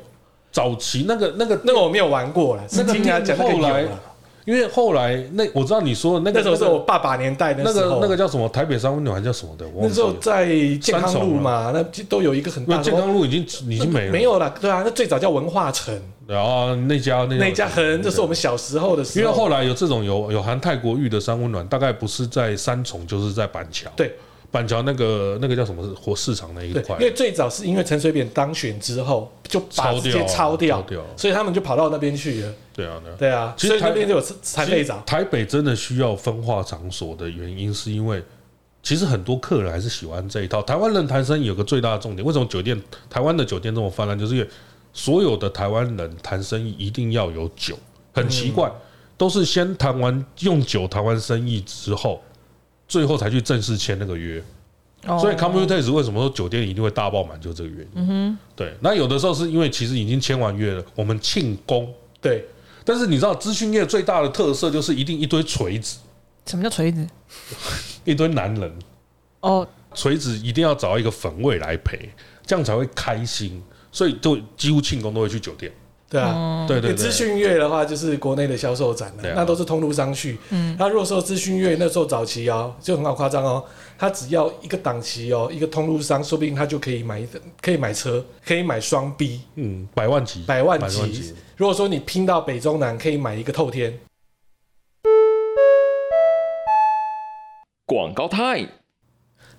D: 早期那个那个，
C: 那个我没有玩过啦，是
D: 那个
C: 听人家
D: 店
C: 讲那个有
D: 后来
C: 啦。
D: 因为后来那我知道你说的那个
C: 那时候是我爸爸年代的
D: 那
C: 时
D: 个
C: 候，
D: 那个叫什么台北三温暖还叫什么的，我
C: 那
D: 忘记
C: 时候
D: 了。
C: 在健康路嘛，那都有一个很
D: 那
C: 大
D: 啊健
C: 的。哦
D: 康路已经已经没了，
C: 没有啦，对啊，那最早叫文化城，
D: 然后那家那
C: 那一家很，这是我们小时候的时
D: 因
C: 候。
D: 为后来有这种有有含泰国浴的三温暖，大概不是在三重就是在板桥。
C: 对，
D: 板桥那个那个叫什么活市场那一
C: 对，
D: 块
C: 因，为最早是因为陈水扁当选之后就把
D: 抄
C: 直
D: 掉
C: 接抄掉，
D: 抄掉
C: 所以他们就跑到那边去了。
D: 对啊，对啊。
C: 对啊，
D: 其实
C: 所以
D: 台
C: 那边就有残废澡。
D: 台北真的需要分化场所的原因，是因为其实很多客人还是喜欢这一套。台湾人谈生意有个最大的重点，为什么酒店台湾的酒店这么泛滥，就是因为所有的台湾人谈生意一定要有酒，很奇怪，
C: 嗯
D: 都是先谈完用酒谈完生意之后，最后才去正式签那个约。
B: 哦
D: 所以 Computex 为什么说酒店一定会大爆满，就这个原因。嗯哼，对。那有的时候是因为其实已经签完约了，我们庆功。
C: 对，
D: 但是你知道，资讯业最大的特色就是一定一堆锤子，
B: 什么叫锤子？
D: 一堆男人，
B: 哦，
D: 锤子一定要找一个粉味来陪，这样才会开心。所以就几乎庆功都会去酒店。
C: 对啊。
D: 对对
C: 因为
D: 对，
C: 资讯月的话，就是国内的销售展了、
D: 对啊
C: 那都是通路商去。嗯，那如果说资讯月那时候早期哦，就很好夸张哦，他只要一个档期哦，一个通路商，说不定他就可以买一可以买车，可以买双 B
D: 嗯，百万级，
C: 百万
D: 百万
C: 级
D: 级。
C: 如果说你拼到北中南，可以买一个透天。
E: 广告 time。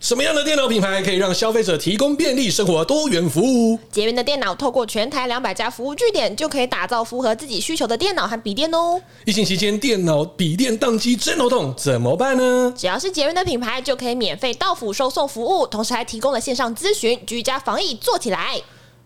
C: 什么样的电脑品牌可以让消费者提供便利生活多元服务？
F: 捷云的电脑透过全台两百家服务据点，就可以打造符合自己需求的电脑和笔电哦。
C: 疫情期间电脑笔电宕机真头痛，怎么办呢？
F: 只要是捷云的品牌，就可以免费到府收送服务，同时还提供了线上咨询，居家防疫做起来。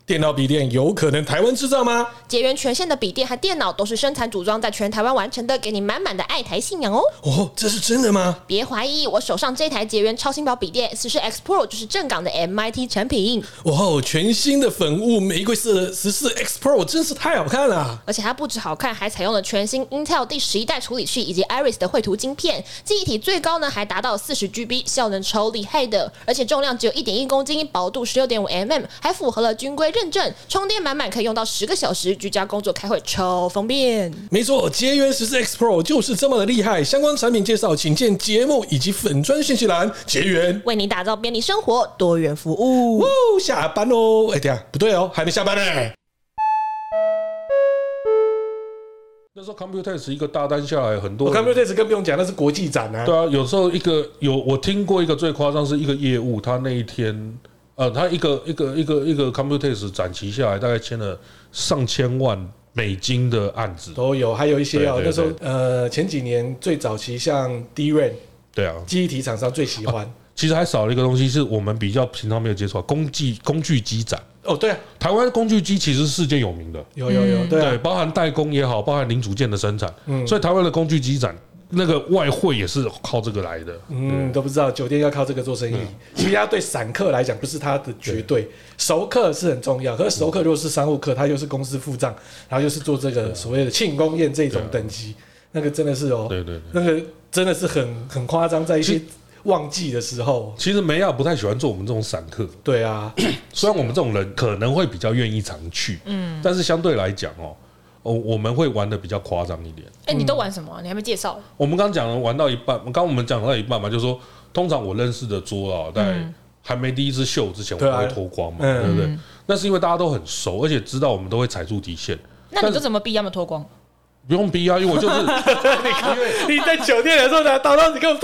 C: 电脑笔电有可能台湾制造吗？
F: 捷源全线的笔电和电脑都是生产组装在全台湾完成的，给你满满的爱台信仰哦！
C: 哦，这是真的吗？
F: 别怀疑，我手上这台捷源超轻薄笔电四十 X Pro 就是正港的 MIT 产品，
C: 哇哦，全新的粉雾玫瑰色的十四 X Pro 真是太好看了！
F: 而且它不止好看，还采用了全新 Intel 第十一代处理器以及 Iris 的绘图晶片，记忆体最高呢还达到四十 GB，效能超厉害的，而且重量只有一点一公斤，薄度十六点五 mm，还符合了军规认证，充电满满可以用到十个小时，居家工作开会超方便。
C: 没错，捷源十四 X Pro 就是这么的厉害。相关产品介绍，请见节目以及粉砖信息栏。捷源，
F: 为你打造便利生活，多元服务。
C: 哦，下班喽！哎、等一下不对哦，还没下班呢、
D: 那时候 Computex 一个大单下来，很多
C: 我
D: 人
C: Computex 更不用讲，那是国际展啊。
D: 对啊，有时候一个有我听过一个最夸张是一个业务，他那一天呃，他一个一个一个一个 Computex 展期下来，大概签了上千万美金的案子。
C: 都有，还有一些哦。
D: 对对
C: 那时候
D: 对，
C: 呃，前几年最早期像 DRAM
D: 对啊，
C: 记忆体厂商最喜欢。
D: 其实还少了一个东西，是我们比较平常没有接触到工具工具机展。
C: 哦，对啊，
D: 台湾工具机其实是世界有名的，
C: 有有有，对
D: 对，
C: 啊，嗯
D: 包含代工也好，包含零组件的生产，所以台湾的工具机展那个外汇也是靠这个来的。
C: 嗯，都不知道酒店要靠这个做生意。其实它对散客来讲不是他的绝嗯对，熟客是很重要。可是熟客如果是商务客，他又是公司付账，然后又是做这个所谓的庆功宴这种等级，那个真的是哦，
D: 对对对。
C: 那个真的是很很夸张，在一些旺季的时候，
D: 其实梅亚不太喜欢做我们这种散客，
C: 对啊，
D: 虽然我们这种人可能会比较愿意常去，嗯，但是相对来讲哦，哦，我们会玩的比较夸张一点。
B: 嗯哎、你都玩什么啊、你还没介绍。
D: 我们刚讲了玩到一半，刚刚我们讲到一半嘛，就是说通常我认识的桌啊，在还没第一次秀之前，我
C: 对
D: 都
C: 啊
D: 会脱光嘛，
C: 嗯
D: 对不对？那是因为大家都很熟，而且知道我们都会踩住底线。
B: 那你都怎么逼他们脱光？
D: 不用逼啊，因为我就是因为
C: 你在酒店的时候拿刀刀，你给我脱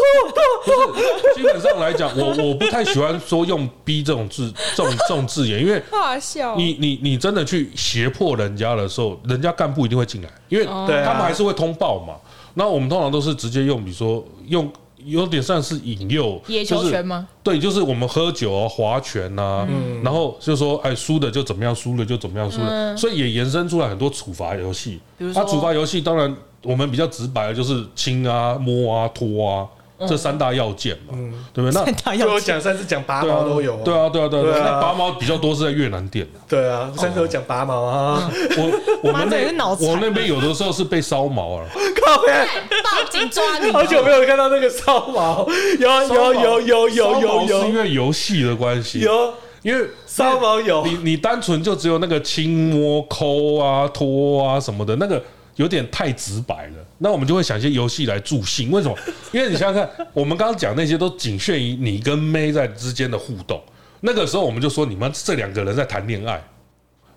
C: 脱。
D: 基本上来讲，我我不太喜欢说用“逼”这种字、这种这种字眼，因为
B: 好笑
D: 你你你真的去胁迫人家的时候，人家干部一定会进来，因为
B: 哦
C: 对啊
D: 他们还是会通报嘛。那我们通常都是直接用，比如说用有点像是引诱
B: 野球拳？吗？嗯
D: 就是对，就是我们喝酒啊、划拳呐，
C: 嗯
D: 然后就说哎，输的就怎么样，输了就怎么样，输了，所以也延伸出来很多处罚游戏。
B: 嗯比如说
D: 那处罚游戏当然我们比较直白的就是亲啊、摸啊、拖啊
B: 嗯
D: 这三大要件嘛，对 不对？那
B: 他
C: 就
B: 要
C: 我讲三次讲嗯拔
D: 对啊
C: 毛都有、
D: 对，啊，对啊，对啊，对
C: 对
D: 啊
C: 啊
D: 那拔毛比较多是在越南店的。
C: 对啊，三次有讲拔毛 啊，
D: 我我
B: 妈
D: 们
B: 这也是
D: 那
B: 脑残
D: 我那边有的时候是被烧毛啊了，
C: 靠边。
F: 报警抓你！
C: 好久没有看到那个烧毛，有啊有啊有啊有啊 有啊
D: 烧毛
C: 有有
D: 是因
C: 有
D: 为游戏的关系，
C: 有啊
D: 因为
C: 烧毛有
D: 你你单纯就只有那个轻摸、抠啊、拖啊什么的，那个有点太直白了。那我们就会想一些游戏来助兴，为什么？因为你想想看，我们刚刚讲那些都仅限于你跟妹在之间的互动。那个时候我们就说你们这两个人在谈恋爱，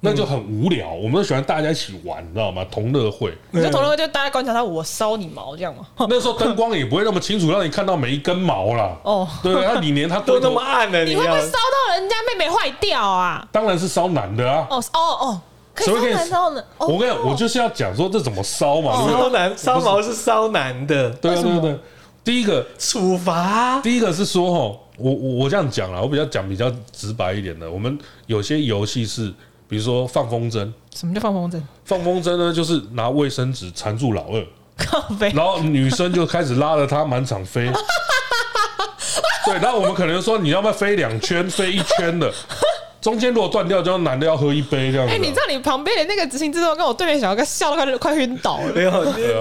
D: 那就很无聊。我们都喜欢大家一起玩，你知道吗？同乐会。
B: 你说同乐会就大家观察他，我烧你毛这样吗？
D: 那时候灯光也不会那么清楚，让你看到每一根毛啦。
B: 哦
D: 对，那你连他
C: 都
D: 都
C: 那么暗 了，
B: 你会
C: 要
B: 不会烧到人家妹妹坏掉啊？
D: 当然是烧男的啊。
B: 哦哦哦，可以
D: 所以
B: 烧
D: 可以
B: 男烧呢？哦
D: 我跟你讲，我就是要讲说这怎么烧嘛，对不
C: 烧男烧毛是烧男的
D: 对？对啊对啊对啊。第一个，
C: 处罚，
D: 第一个是说哈，我我我这样讲啦，我比较讲比较直白一点的。我们有些游戏是，比如说放风筝，
B: 什么叫放风筝？
D: 放风筝呢就是拿卫生纸缠住老二，
B: 靠背
D: 然后女生就开始拉着他满场飞。对，然后我们可能说你要不要飞两圈，飞一圈的，中间如果断掉，就男的要喝一杯这样子。啊
B: 哎、你知道你旁边的那个执行制作跟我对面小哥笑到快快 晕倒了。
C: 没有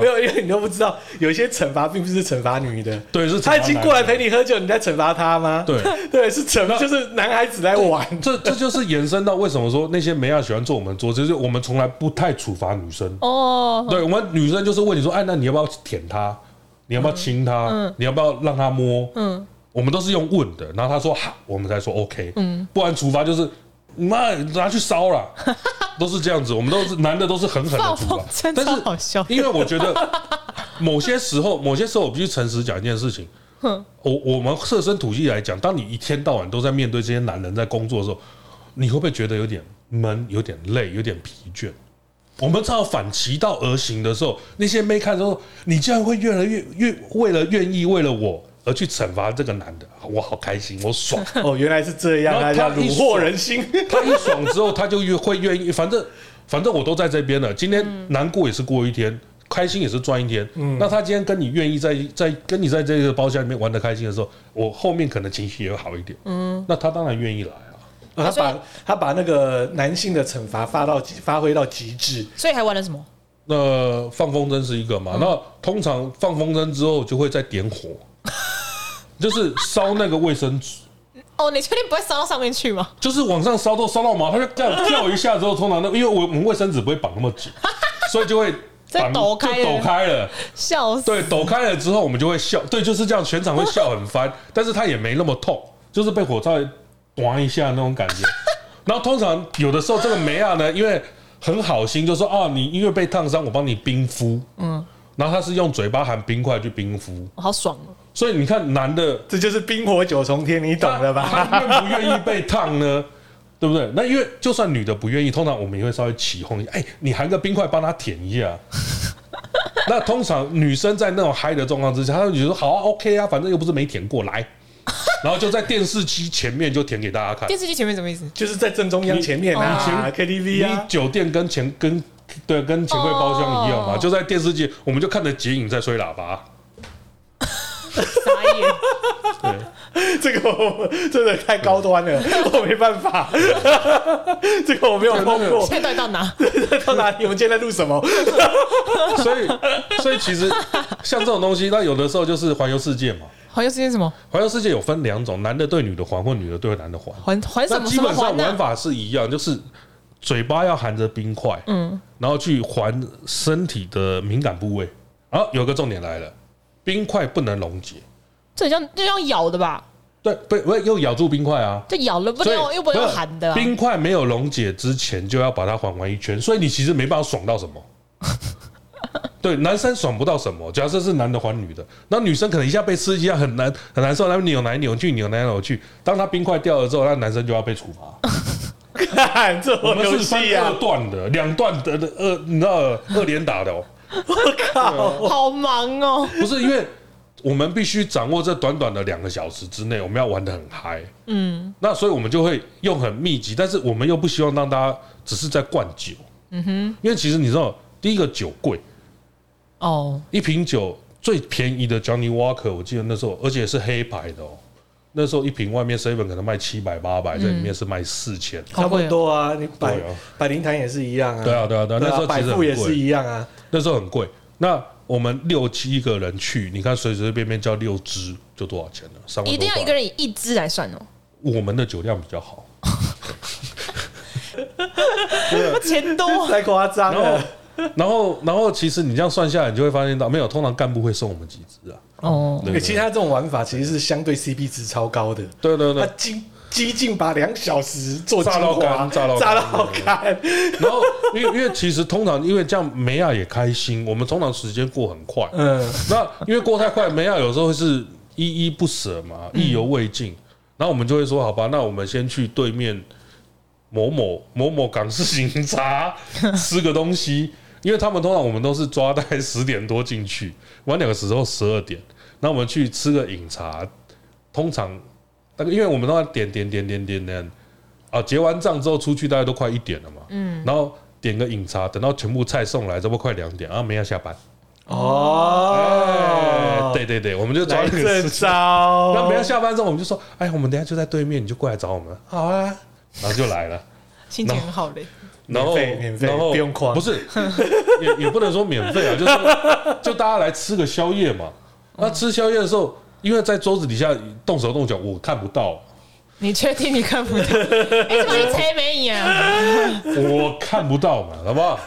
C: 没有，因为你都不知道，有一些惩罚并不是惩罚女的，
D: 对是惩罚
C: 他已经过来
D: 男的
C: 陪你喝酒，你在惩罚他吗？
D: 对
C: 对，是惩就是男孩子来玩，
D: 这这就是延伸到为什么说那些梅亚喜欢坐我们桌，就是我们从来不太处罚女生。
B: 哦，
D: 对我们女生就是问你说，哎，那你要不要舔她？你要不要亲她？
B: 嗯
D: 你要不要让她摸？嗯，我们都是用问的，然后她说好，我们才说 OK。嗯，不然处罚就是妈拿去烧了，都是这样子。我们都是男的都是狠狠的
B: 放
D: 处
B: 风
D: 罚，
B: 筝
D: 但
B: 超
D: 是
B: 好笑。
D: 因为我觉得某些时候， 某些时候我必须诚实讲一件事情。我我们设身处地来讲，当你一天到晚都在面对这些男人在工作的时候，你会不会觉得有点闷、有点累、有点疲倦？我们正好反其道而行的时候，那些妹看说：“你竟然会越来越越为了愿意为了我而去惩罚这个男的，我好开心，我爽。”
C: 哦，原来是这样，大
D: 然后他
C: 家虏获人心。
D: 他一爽之后，他就越会愿意，反正反正我都在这边了。今天
B: 嗯
D: 难过也是过一天，开心也是赚一天。那他今天跟你愿意在在跟你在这个包厢里面玩的开心的时候，我后面可能情绪也会好一点。嗯，那他当然愿意来啊。
C: 哦他把他把那个男性的惩罚发到极发挥到极致，
B: 所以还玩了什么？
D: 那放风筝是一个嘛？
B: 嗯
D: 那通常放风筝之后就会再点火， 就是烧那个卫生纸。
B: 哦，你确定不会烧到上面去吗？
D: 就是往上烧都烧到毛，它就干跳一下之后，通常那因为我我们卫生纸不会绑那么紧，所以就会
B: 再
D: 绑
B: 抖开
D: 就抖
B: 了
D: 开了。
B: 笑死！
D: 对，抖开了之后我们就会笑，对，就是这样，全场会笑很翻，但是他也没那么痛，就是被火烧咣一下那种感觉。然后通常有的时候这个梅亚呢，因为很好心，就说啊，你因为被烫伤，我帮你冰敷，嗯，然后他是用嘴巴含冰块去冰敷，
B: 好爽哦！
D: 所以你看男的
C: 这就是冰火九重天，你懂了吧？
D: 他他愿不愿意被烫呢？对不对？那因为就算女的不愿意，通常我们也会稍微起哄一下，哎、你含个冰块帮她舔一下。那通常女生在那种嗨的状况之下，她就觉得说好啊，OK 啊，反正又不是没舔过来，然后就在电视机前面就舔给大家看。
B: 电视机前面什么意思？
C: 就是在正中央前面啊
D: 以你
C: ，KTV 啊，
D: 酒店跟前跟对跟钱柜包厢一样嘛，
B: 哦
D: 就在电视机，我们就看着剪影在吹喇叭。
B: 傻眼！
D: 对，
C: 这个我真的太高端 了，我没办法， 这个我没有碰过。
B: 现在到底到哪？
C: 到哪里？我们今天在录什么？
D: 所以所以其实像这种东西，那有的时候就是环游世界嘛。
B: 环游世界什么？
D: 环游世界有分两种，男的对女的还，或女的对男的还。
B: 环环什
D: 那
B: 么
D: 基
B: 什么
D: 本上
B: 环啊
D: 玩
B: 呢？
D: 法是一样，就是嘴巴要含着冰块，嗯，然后去还身体的敏感部位。啊，有个重点来了，冰块不能溶解，
B: 这很像这像咬的吧？
D: 对，不不又咬住冰块啊。
B: 这咬了不能用，又不能用含的、啊。
D: 冰块没有溶解之前就要把它环完一圈，所以你其实没办法爽到 什么。对，男生爽不到什么。假设是男的还女的，那女生可能一下被刺激，一下很难很难受，那边扭来扭去，扭来扭去。当他冰块掉了之后，那男生就要被处 罚。
E: 看这
D: 我
E: 种
D: 们
E: 游
D: 是分
E: 戏啊
D: 二，段的，两段的的二，你知道二连打的哦、
B: 好忙哦，
D: 不是因为我们必须掌握这短短的两个小时之内，我们要玩的很嗨。嗯，那所以我们就会用很密集，但是我们又不希望让大家只是在灌酒。嗯哼，因为其实你知道，第一个酒贵，
B: 哦，
D: 一瓶酒最便宜的 Johnny Walker，我记得那时候，而且是黑牌的哦、那时候一瓶外面 seven 可能卖七百八
B: 嗯
D: 百，这里面是卖四千。
B: 好
C: 差不
B: 贵哦
C: 多啊，你百
D: 对啊
C: 百灵坛也是一样啊，
D: 对啊对啊对啊那时候
C: 百
D: 其实很
C: 富也是一样啊，
D: 那时候很贵。那我们六七个人去，你看随随便便叫六支就多少钱了？三万多
B: 哦
D: 块。
B: 一定要一个人以一只来算哦。
D: 我们的酒量比较好。
B: 钱多，
C: 太夸张
D: 然后
C: 了。，
D: 然后，然后，其实你这样算下来，你就会发现到没有，通常干部会送我们几支啊。
B: 哦，
D: 对
C: 其实他这种玩法其实是相对 CP 值超高的，
D: 对对
C: 他
D: 啊对。
C: 激激进把两小时做
D: 炸
C: 精
D: 到
C: 华
D: 干炸到干
C: 炸到干，
D: 然后，因为因为其实通常因为这样，梅亚也开心，我们通常时间过很快。
C: 嗯，
D: 那因为过太快，梅亚有时候会是依依不舍嘛，意犹未尽。然后我们就会说，好吧，那我们先去对面某某某某港式警察吃个东西，因为他们通常我们都是抓大概十点多进去，玩两个时候十二点，那我们去吃个饮茶，通常那个因为我们都要点点点点点点啊，结完账之后出去大概都快一点了嘛，嗯，然后点个饮茶，等到全部菜送来，这不快两点啊，没要下班。哎
C: 哦，
D: 对对对，我们就抓
C: 来
D: 那个
C: 这
D: 时间。
C: 招，
D: 那没有下班之后，我们就说，哎，我们等一下就在对面，你就过来找我们，好啊，然后就来了。
B: 心情很好嘞。
D: 然后，
C: 免费免费
D: 然后
C: 不用框
D: 不是 也也不能说免费啊，就是就大家来吃个宵夜嘛。那吃宵夜的时候，因为在桌子底下动手动脚，我看不到，
B: 你确定你看 不到？你怎么你猜没眼啊？
D: 我看不到嘛，好 不好？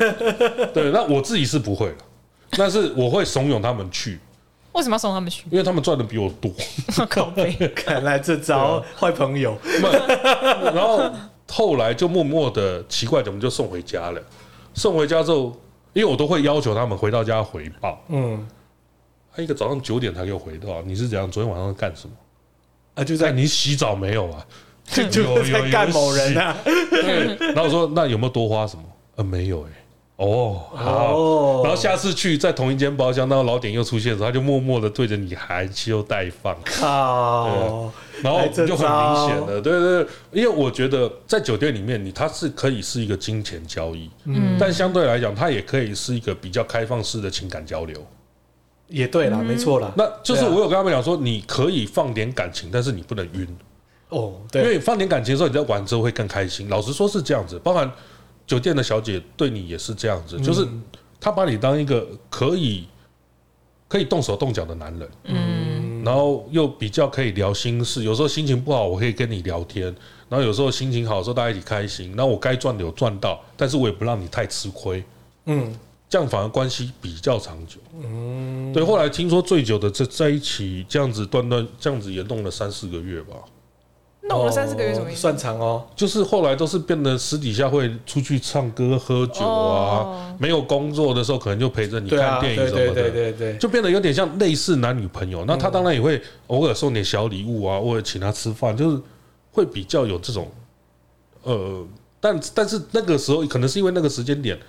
D: 对，那我自己是不会了，但是我会怂恿他们去，
B: 为什么要送他 们去？
D: 因为他们赚的比我多。
B: 口碑
C: 看来这招
D: 啊
C: 坏朋友，
D: 然后后来就默默的奇怪，怎么就送回家了？送回家之后，因为我都会要求他们回到家回报。
C: 嗯，
D: 他一个早上九点才给我回到，你是怎样？昨天晚上干什么？
C: 啊，就
D: 在
C: 在
D: 你洗澡没有啊？
C: 就就
D: 有有
C: 在
D: 有
C: 干某人啊，
D: 对。然后我说那有没有多花什么？呃，没有哎、哦，
C: 哦
D: 好。然后下次去在同一间包厢，那个老点又出现的时候，他就默默的对着你含羞待放。
C: 靠，
D: 然后
C: 来
D: 就
C: 这
D: 很明
C: 招
D: 显的，对对，对因为我觉得在酒店里面，你它是可以是一个金钱交易，嗯，但相对来讲，它也可以是一个比较开放式的情感交流。
C: 也对啦，
B: 嗯
C: 没错啦，
D: 那就是
C: 对啊
D: 我有跟他们讲说，你可以放点感情，但是你不能晕，
C: 哦，
D: 因
C: 对，
D: 为放点感情的时候，你在玩之后会更开心。老实说是这样子，包含酒店的小姐对你也是这样子，就是她把你当一个可以可以动手动脚的男人，嗯，然后又比较可以聊心事。有时候心情不好，我可以跟你聊天；然后有时候心情好的时候，大家一起开心。那我该赚的有赚到，但是我也不让你太吃亏，
C: 嗯，
D: 这样反而关系比较长久。嗯，对。后来听说醉酒的这在一起这样子断断这样子也弄了三四个月吧。
B: 弄了三四个月什么
C: 哦
B: 意思？
C: 算长哦，
D: 就是后来都是变得私底下会出去唱歌、喝酒啊，
B: 哦
D: 没有工作的时候可能就陪着你
C: 对
D: 看
C: 啊，
D: 电
C: 对
D: 影什么
C: 对
D: 的，
C: 对嗯对对，
D: 就变得有点像类似男女朋友。那他当然也会偶尔送点小礼物啊，偶尔请他吃饭，就是会比较有这种呃，但但是那个时候可能是因为那个时间点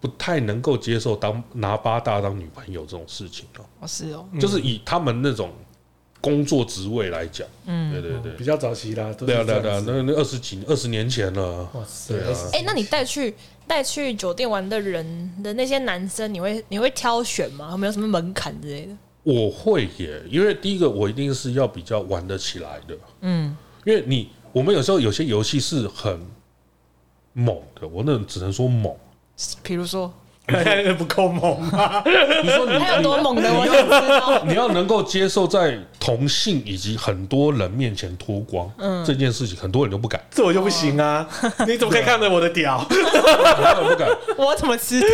D: 不太能够接受当拿八大当女朋友这种事情啊，
B: 哦，是哦，
C: 嗯
D: 就是以他们那种工作职位来讲，嗯，对对对。
C: 比较早期啦，都是
D: 对啊，对啊，
C: 这
D: 对
C: 样
D: 啊，
C: 子
D: 那那二十几、二十年前了，
C: 哇塞，
D: 对啊
B: 哎、那你带去带去酒店玩的人的那些男生，你会你会挑选吗？有没有什么门槛之类的？
D: 我会耶，因为第一个我一定是要比较玩得起来的，嗯，因为你我们有时候有些游戏是很猛的，我那只能说猛。
B: 比如说，
C: 哎 不够猛 啊吗？
D: 你说 你
B: 他有多猛的， 我
D: 你
B: 想知道。
D: 你要能够接受在同性以及很多人面前脱光，这件事情，很多人都不敢，
C: 这我就不行啊！
B: 哦
C: 你怎么可以看着我的 屌？
D: 啊很多人不敢。
B: 我怎么知道？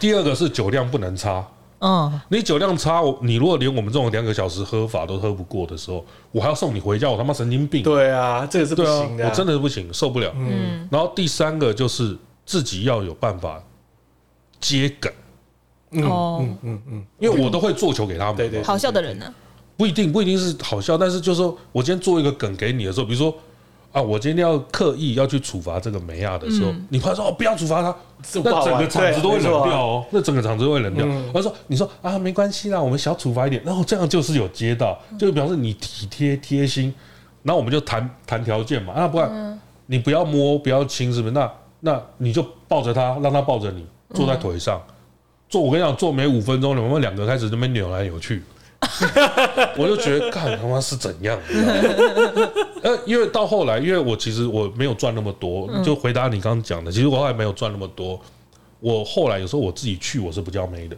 D: 第二个是酒量不能差，
B: 嗯，
D: 你酒量差，我你如果连我们这种两个小时喝法都喝不过的时候，我还要送你回家，我他妈神经病！
C: 对啊，这个是不
D: 对啊
C: 行的、，
D: 我真的是不行，受不了。嗯，然后第三个就是自己要有办法接梗，
B: 哦，
C: 嗯嗯，
D: 因为我都会做球给他们。
C: 对对
B: 好笑的人呢、啊
D: 不一定不一定是好笑，但是就是说我今天做一个梗给你的时候，比如说啊，我今天要刻意要去处罚这个梅亚的时候，你怕说哦不要处罚他，
C: 这不好
D: 那
C: 玩
D: 整个场子都会冷
C: 对没
D: 掉
C: 错啊嗯
D: 哦，那整个场子都会冷掉。他说你说啊没关系啦，我们小处罚一点，然后这样就是有接到，
C: 嗯
D: 就表示你体贴贴心，然后我们就谈谈条件嘛，啊不
C: 嗯
D: 然你不要摸不要亲是不是？那那你就抱着他，让他抱着你，坐在腿
C: 嗯
D: 上。坐，我跟你讲，坐没五分钟，你们两个开始这边扭来 扭去，我就觉得，干他妈是怎样？你知道吗呃，因为到后来，因为我其实我没有赚那么多，
C: 嗯
D: 就回答你刚刚讲的，其实我后来没有赚那么多。我后来有时候我自己去，我是不叫妹的，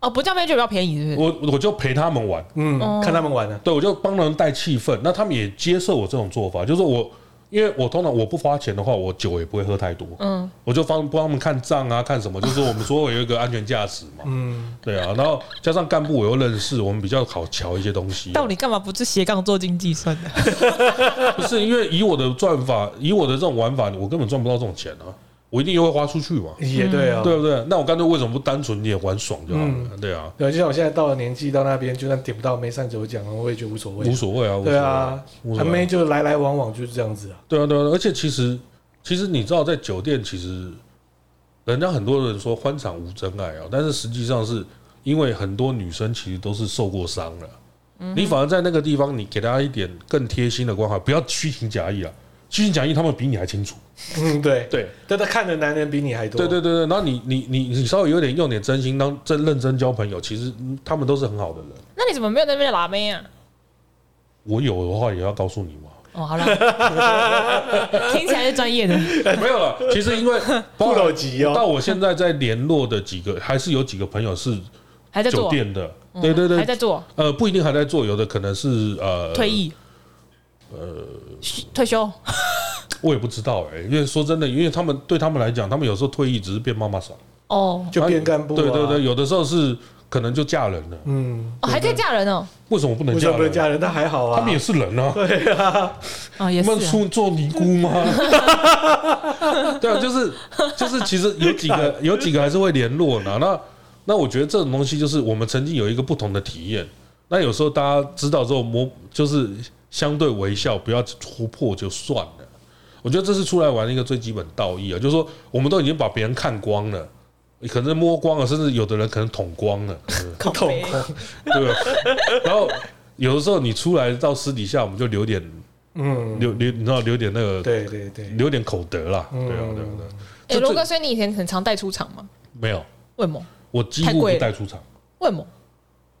B: 哦，不叫妹就比较便宜，是不是？
D: 我我就陪他们玩，
B: 哦
C: 嗯，看他们玩的、
D: 对我就帮他们带气氛，那他们也接受我这种做法，就是我。因为我通常我不花钱的话，我酒也不会喝太多，嗯，我就帮帮他们看账啊，看什么，就是 我们所有有一个安全驾驶嘛，嗯，对啊，然后加上干部我又认识，我们比较好瞧一些东西啊、
B: 到底干嘛不是斜杠做经济算的？
D: 不是因为以我的赚法，以我的这种玩法，我根本赚不到这种钱啊！我一定又会花出去嘛，
C: 也对哦。
D: 对不对？那我干脆为什么不单纯也玩爽就好了？
C: 嗯
D: 对啊，
C: 对，就像我现在到了年纪，到那边就算点不到没上酒奖，我也觉得无所谓。
D: 无所谓啊，无所
C: 对
D: 谓
C: 啊，
D: 无所
C: 他
D: 谓
C: 妹
D: 啊。
C: 就来来往往就是这样子啊。
D: 对啊，对啊，而且其实，其实你知道，在酒店其实，人家很多人说欢场无真爱啊，但是实际上是因为很多女生其实都是受过伤了，你反而在那个地方，你给她一点更贴心的关怀，不要虚情假意啊，虚情假意他们比你还清楚，
C: 嗯，对，
D: 对。
C: 但他看的男人比你还多。
D: 对对对对，然后你你你你稍微有点用点真心，当真认真交朋友，其实嗯他们都是很好的人。
B: 那你怎么没有在那边拉妹啊？
D: 我有的话也要告诉你嘛，
B: 哦，好了， 听起来是专业的。
D: 没有了。其实因为
C: 不老急哦
D: 到我现在在联络的几个，还是有几个朋友是
B: 还在
D: 酒
B: 做，嗯
D: 店的，对对
B: 还
D: 对，
B: 在做，
D: 呃，不一定还在做，有的可能是呃
B: 退，役，呃，退休，
D: 我也不知道哎、因为说真的，因为他们对他们来讲，他们有时候退役只是变妈妈桑，
B: 哦，
C: 就变干部、啊。
D: 对对对，，有的时候是可能就嫁人了，
C: 嗯，
B: 哦还可以嫁人哦，
D: 为什么不能
C: 为什
D: 嫁
C: 么不能
D: 人？
C: 嫁人？那还好啊。
D: 他们也是人啊，
B: 啊，也
D: 你
B: 是
D: 们
B: 啊，
D: 出做尼姑 吗？对啊，就是就是，其实有几 个有几个还是会联络呢。那那我觉得这种东西就是我们曾经有一个不同的体验。那有时候大家知道之后，模就是相对微笑，不要突破就算了。我觉得这是出来玩的一个最基本道义啊，就是说我们都已经把别人看光了。可能摸光了，甚至有的人可能捅光了，
C: 痛苦。
D: 对吧？ 然后有的时候你出来到私底下，我们就留点
C: 嗯，
D: 留留，你知道留点那个
C: 对对对，嗯
D: 留点口德啦，
B: 嗯
D: 对啊，对啊，对啊，
B: 哎，
D: 这
B: 罗
D: 这
B: 哥，所以你以前很常带出场吗？
D: 没有，
B: 为什么？
D: 我几
B: 太
D: 乎
B: 贵
D: 不
B: 了
D: 带出场，
B: 为什么？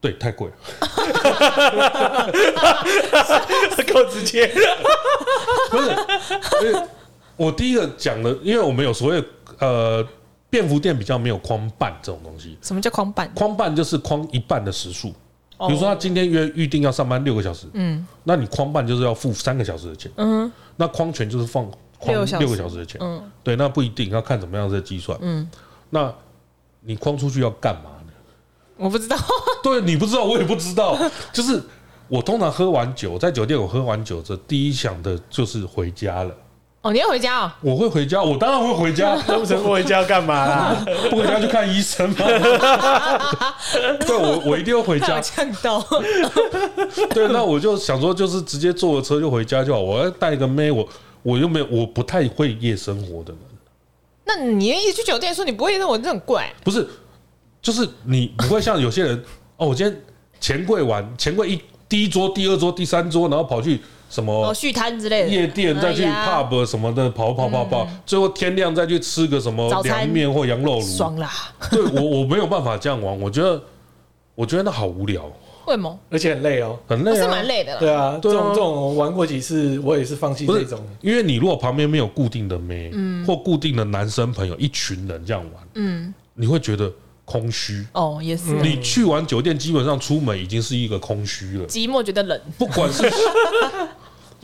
D: 对，太贵了，
C: 够直 接。
D: 不是，因为我第一个讲的，因为我们有所谓呃，便服店比较没有框办这种东西，
B: 什么叫狂板？
D: 框办就是框一半的时数，
B: 比
D: 比如说他今天约预定要上班六个小时，
B: 哦嗯
D: 那你框办就是要付三个小时的钱，
B: 嗯
D: 那框全就是放框
B: 六
D: 六
B: 小时
D: 个小时的钱，
B: 嗯
D: 对，那不一定要看怎么样的计算，
B: 嗯，
D: 那你框出去要干嘛呢？
B: 我不知道，
D: 对你不知道，我也不知道。 就是我通常喝完酒，在酒店我喝完酒这第一想的就是回家了。
B: 哦，你要回家哦，
D: 我会回家，我当然会回家，
C: 东城回家要干嘛啦？
D: 不回家去看医生吗？ 对，我我一定要回
B: 怕
D: 家
B: 我。呛到，
D: 对，那我就想说，就是直接坐个车就回家就好。我要带一个妹，我我又没有，我不太会夜生活的人，
B: 那你一直去酒店说你不会，那我真的很怪。
D: 不是，就是你不会像有些人哦，我今天钱柜玩，钱柜一第一桌、第二桌、第三桌，然后跑去什么
B: 哦，续摊之类的
D: 夜店，再去
B: 哎呀
D: pub 什么的跑跑跑跑，最后天亮再去吃个什么
B: 嗯早餐
D: 凉面或羊肉炉。
B: 爽啦。
D: 对我我没有办法这样玩，我觉得我觉得那好无聊，
B: 为什么？
C: 而且很累哦。
D: 很
B: 我
D: 累
B: 是
D: 啊
B: 蛮。累的啦。
C: 对啊，这
D: 对啊
C: 种这种我玩过几次，我也是放弃
D: 不
C: 这
D: 是
C: 种。，
D: 因为你如果旁边没有固定的妹，或固定的男生朋友，一群人这样玩，
B: 嗯，
D: 你会觉得空虚。
B: 哦，也是
D: 你去完酒店，基本上出门已经是一个空虚 了，
B: 寂寞觉得冷，
D: 不管是。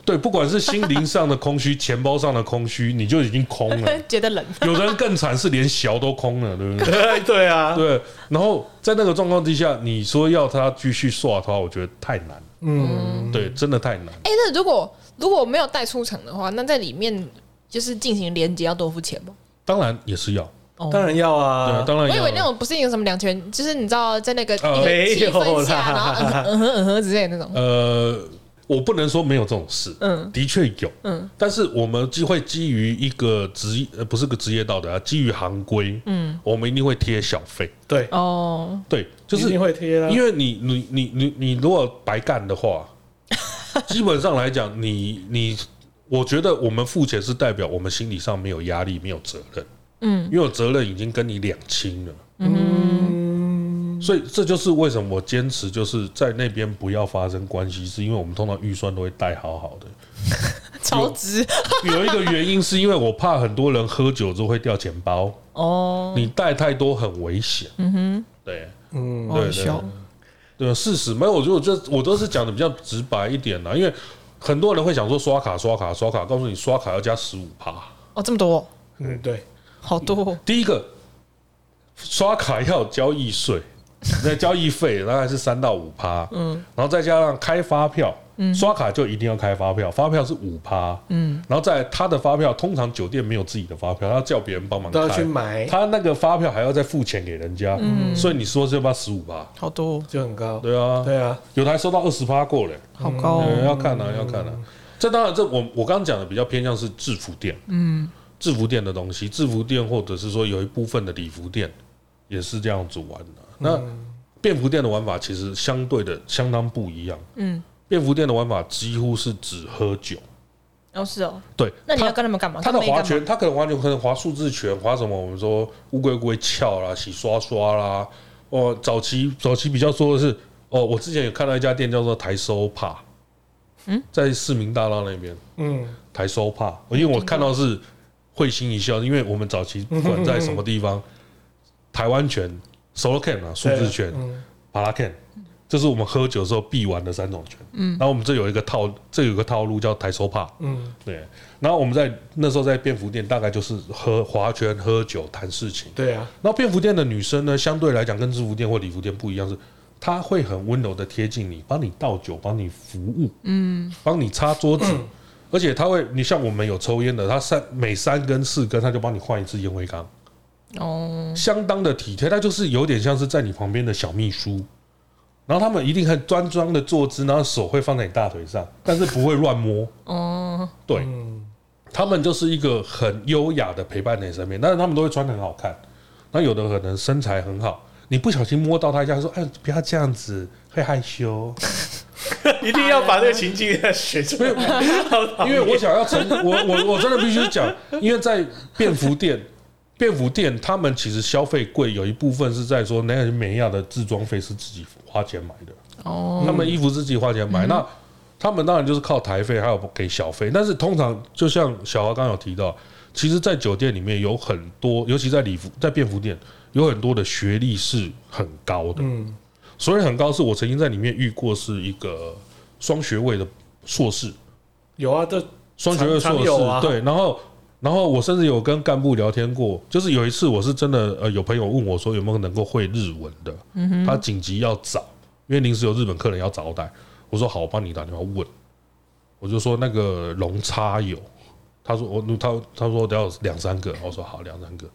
D: 对，不管是心灵上的空虚，钱包上的空虚，你就已经空了。
B: 觉得冷，
D: 有的人更惨，是连小都空了，对不对？
E: 对啊，
D: 对。然后在那个状况之下，你说要他继续刷的话，我觉得太难。嗯，对，真的太难。
B: 哎、那如果如果没有带出场的话，那在里面就是进行连接要多付钱吗？
D: 当然也是要，
E: 当然要
D: 对啊
E: 啊，，
D: 当然
B: 我
D: 要。
B: 以为那种不是有什么两全，就是你知道在那个一
D: 呃
B: 个气氛下，
E: 没有啦
B: 然后嗯哼嗯哼嗯哼之类的那种。
D: 呃，我不能说没有这种事，
B: 嗯
D: 嗯，的确有，
B: 嗯
D: 嗯，但是我们就会基于一个职，呃，不是个职业道德啊，基于行规，嗯，我们一定会贴小费，
E: 对，
B: 哦，
D: 对，啊就
E: 一
D: 是
E: 定会贴啦，
D: 因为你你你你你如果白干的 话，基本上来讲，你你。我觉得我们付钱是代表我们心理上没有压力，没有责任。嗯，因为我责任已经跟你两清了。嗯，所以这就是为什么我坚持就是在那边不要发生关系，是因为我们通常预算都会带好好 的。
B: 超值
D: 有一个原因是因为我怕很多人喝酒之后会掉钱包，
B: 哦，
D: 你带太多很危险。嗯哼，对，嗯，对对
B: 凶
D: 对，啊事实没有，我觉得我就我都是讲的比较直白一点啦，因为很多人会想说刷卡刷卡刷卡，告诉你刷卡要加十五趴。
B: 哦，这么多，
E: 嗯对，
B: 好多哦，
D: 第一个，刷卡要有交易税，那交易费大概是三到五趴，嗯，然后再加上开发票，嗯，刷卡就一定要开发票，发票是五趴，嗯，然后再来他的发票，通常酒店没有自己的发票，他要叫别人帮忙
E: 都
D: 开，
E: 要去买，
D: 他那个发票还要再付钱给人家，嗯，所以你说这要十五趴，
B: 好多哦，
E: 就很高，
D: 对啊，
E: 对啊，
D: 有的还收到二十趴过嘞，
B: 好高哦，
D: 对，要看啊，要看啊。这当然，这我我刚刚讲的比较偏向是制服店，嗯，制服店的东西，制服店或者是说有一部分的礼服店也是这样子玩的。那
B: 嗯
D: 便服店的玩法其实相对的相当不一样，
B: 嗯，
D: 便服店的玩法几乎是只喝酒，
B: 哦是哦，
D: 对，
B: 那你
D: 他
B: 要哦跟他们干嘛？
D: 他的
B: 跟妹
D: 划
B: 干嘛
D: 拳，他可能划拳，可能划数字拳，划什么？我们说乌龟乌龟翘啦，洗刷刷啦。哦，早期早期比较说的是，哦，我之前有看到一家店叫做台收帕，嗯，在市民大道那边
E: 嗯，
D: 台收帕，哦因为我看到是会心一笑，因为我们早期不管在什么地方，台湾拳、solo can 啊，数
E: 对啊
D: 字拳、
E: 嗯
D: 巴拉 can，这是我们喝酒的时候必玩的三种拳。嗯，然后我们这有一个套，这有一个套路叫台收帕。
E: 嗯，
D: 对，然后我们在那时候在便服店，大概就是喝划拳、喝酒、谈事情。
E: 对啊，
D: 然后便服店的女生呢，相对来讲跟制服店或礼服店不一样是，她会很温柔的贴近你，帮你倒酒，帮你服务，嗯，帮你擦桌子，而且她会，你像我们有抽烟的，她三每三根四根，她就帮你换一次烟灰缸，
B: 哦，
D: 相当的体贴，她就是有点像是在你旁边的小秘书。然后他们一定很端庄的坐姿，然后手会放在你大腿上，但是不会乱摸。
B: 哦，
D: 对，他们就是一个很优雅的陪伴在你身边，但是他们都会穿得很好看。那有的可能身材很好，你不小心摸到他一下，说：“哎，不要这样子，会害羞。
E: 一定要把这个情境 写出来，好”讨
D: 因
E: 厌
D: 为我想要成，我 我我真的必须讲，因为在便服店，便服店他们其实消费贵，有一部分是在说那个美亚的制装费是自己花钱买的。
B: 哦，
D: 他们衣服是自己花钱买，那他们当然就是靠台费还有给小费，但是通常就像小华刚刚有提到，其实，在酒店里面有很多，尤其在礼服、在便服店，有很多的学历是很高的，
E: 嗯，
D: 所以很高是我曾经在里面遇过是一个双学位的硕士，
E: 有啊，这
D: 双学位硕
E: 常常
D: 士，
E: 有啊
D: 对，然后。然后我甚至有跟干部聊天过，就是有一次我是真的，呃，有朋友问我说有没有能够会日文的，他紧急要找，因为临时有日本客人要招待，我说好，我帮你打电话问，我就说那个龙叉有，他说我他他说得要两三个，哦我说好两三个，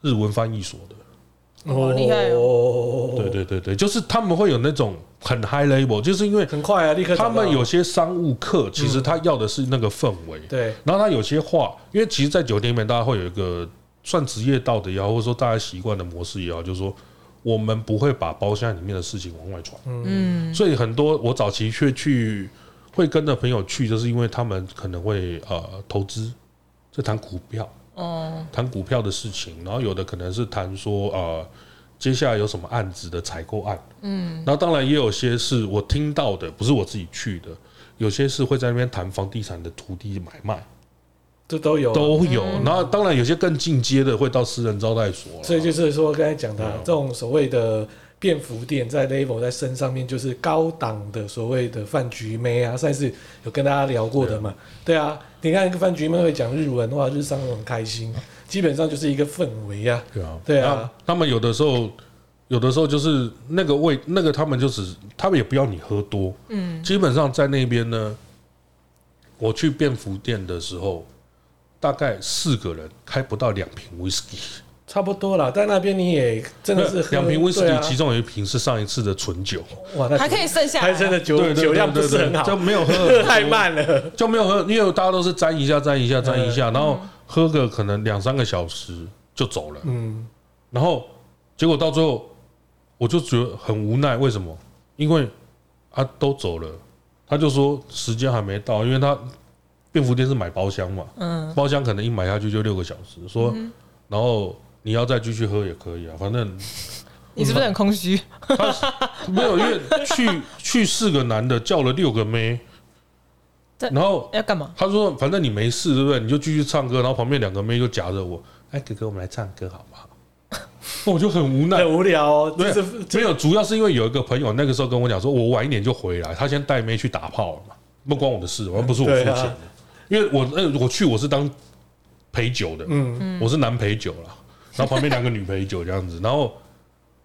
D: 日文翻译所的，
B: 好厉害
E: 哦，
D: 对，对对对，就是他们会有那种很 high level，就是因为
E: 很快啊，立刻
D: 他
E: 找到
D: 们有些商务客，其实他要的是那个氛围，
E: 对
D: 然后他有些话，因为其实，在酒店里面，大家会有一个算职业道德也好，或者说大家习惯的模式也好，就是说我们不会把包厢里面的事情往外传。
B: 嗯，
D: 所以很多我早期却去会跟着朋友去，就是因为他们可能会呃投资，就谈股票，
B: 哦，
D: 谈股票的事情，然后有的可能是谈说呃接下来有什么案子的采购案，嗯，那当然也有些是我听到的，不是我自己去的，有些是会在那边谈房地产的土地买卖。
E: 这都有啊，
D: 都有。然后当然有些更进阶的会到私人招待所啦，嗯
E: 所以就是说刚才讲的啊这种所谓的。
C: 便服店在 Level 在升上面就是高档的所谓的饭局妹啊，上一次有跟大家聊过的嘛，对啊，你看一个饭局妹会讲日文的话，日商都很开心，基本上就是一个氛围啊，
D: 对啊，
C: 对啊
D: 然后他们有的时候，有的时候就是那个味，那个他们就只，他们也不要你喝多。嗯，基本上在那边呢，我去便服店的时候，大概四个人开不到两瓶 whisky，
C: 差不多啦。在那边你也真的是喝
D: 两瓶
C: 对
D: whisky，
C: 啊
D: 其中有一瓶是上一次的纯酒，
C: 哇，那
B: 还可以剩下来
C: 还
B: 啊
C: 真的酒
D: 对对对
C: 酒量不
D: 对
C: 是
D: 对
C: 很好，
D: 就没有喝
C: 喝
D: 很
C: 太
D: 多
C: 慢了。
D: 就没有喝，因为大家都是沾一下、沾
B: 嗯
D: 一下、沾一下，然后喝个可能两三个小时就走了。
C: 嗯，
D: 然后结果到最后，我就觉得很无奈，为什么？因为啊都走了，他就说时间还没到，因为他便服店是买包厢嘛，
B: 嗯，
D: 包厢可能一买下去就六个小时，说然后你要再继续喝也可以啊，反正
B: 你是不是很空虚？
D: 没有，因为 去去四个男的叫了六个妹，
B: 对
D: 然后
B: 要干嘛？
D: 他说：“反正你没事，对不对？你就继续唱歌。”然后旁边两个妹就夹着我：“哎，哥哥，我们来唱歌好不 好？”那我就很无奈
C: 很，无聊哦，
D: 对
C: 这是
D: 没有，主要是因为有一个朋友那个时候跟我讲说，我晚一点就回来，他先带妹去打炮了嘛，不关我的事，不是我付钱的，
C: 对啊
D: 因为我呃我去我是当陪酒的，嗯，我是男陪酒啦，然后旁边两个女陪酒这样子，然后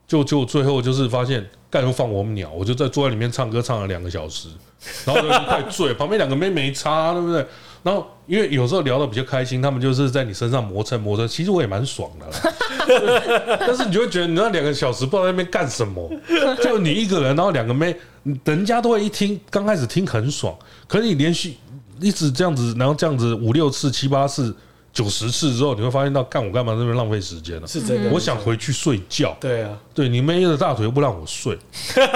D: 就就最后就是发现干又放我鸟，我就在坐在里面唱歌唱了两个小时，然后就快醉，旁边两个妹没差，对不对？然后因为有时候聊的比较开心，他们就是在你身上磨蹭磨蹭，其实我也蛮爽的啦。 但是你就会觉得你那两个小时不知道在那边干什么，就你一个人，然后两个妹，人家都会一听，刚开始听很爽，可是你连续一直这样子，然后这样子五六次、七八次、九十次之后，你会发现到干我干嘛在那边浪费时间呢？
C: 是真的。
D: 我想回去睡觉，
C: 对啊，
D: 对你妹的大腿又不让我睡，
C: 嗯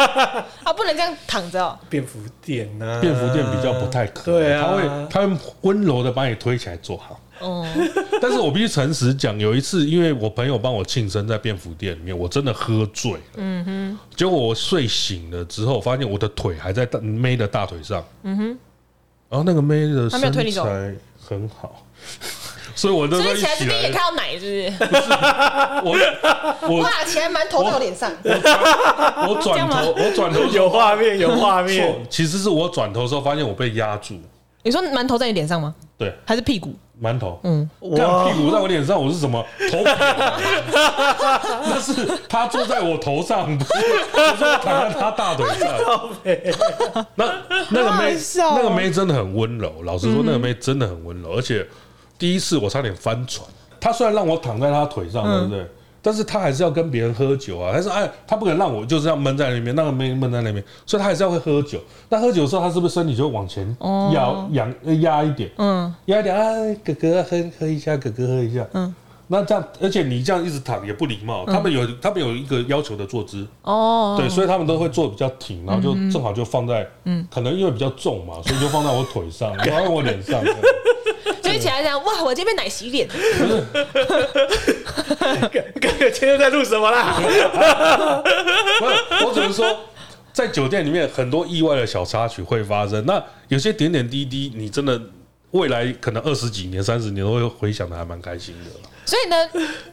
B: 啊，不能这样躺着哦。
C: 便服店呐、啊，
D: 便服店比较不太可能，
C: 对啊，
D: 他会他会温柔的把你推起来坐好。
B: 哦，
D: 但是我必须诚实讲，有一次因为我朋友帮我庆生在便服店里面，我真的喝醉了。嗯哼，结果我睡醒了之后，发现我的腿还在大妹的大腿上。嗯哼，然后那个妹的
B: 她没有推你
D: 身
B: 走
D: 材很好， 所以我那
F: 所
D: 时候
F: 以
D: 一
F: 起来这
D: 起
F: 边也看
D: 来，
F: 到奶，
B: 哦
F: 是不
D: 我我
F: 是？起来馒头到脸上，
D: 我转头，我转头
E: 有画面，有画面
D: 错，，其实是我转头的时候发现我被压住，
B: 你说馒头在你脸上吗？
D: 对，
B: 还是屁股？
D: 馒头，
B: 嗯，
D: 干屁股在我脸上，我是什么头皮啊？ 那是他坐在我头上，不是不是我躺在他大腿上。那那个妹，那个妹真的很温柔。老实说，那个妹真的很温柔，而且第一次我差点翻船。她虽然让我躺在她腿上，对不对？但是她还是要跟别人喝酒啊，但是哎，她不可能让我就这样闷在那边，那个妹闷在那边，所以她还是要会喝酒。那喝酒的时候，她是不是身体就会往前摇、仰、呃压一点？
B: 嗯，
D: 压一点啊，哥哥喝喝一下，哥哥喝一下。嗯，那这样，而且你这样一直躺也不礼貌。他们有他们有一个要求的坐姿，
B: 哦，
D: 对，所以他们都会坐比较挺，然后就正好就放在，嗯，可能因为比较重嘛，所以就放在我腿上，然后我脸上。这样
F: 所以起来讲哇，我这边奶洗脸，
E: 哥哥今天在录什么啦？
D: 不是，我只能说，在酒店里面很多意外的小插曲会发生。那有些点点滴滴，你真的未来可能二十几年、三十年都会回想的，还蛮开心的啦。
B: 所以呢，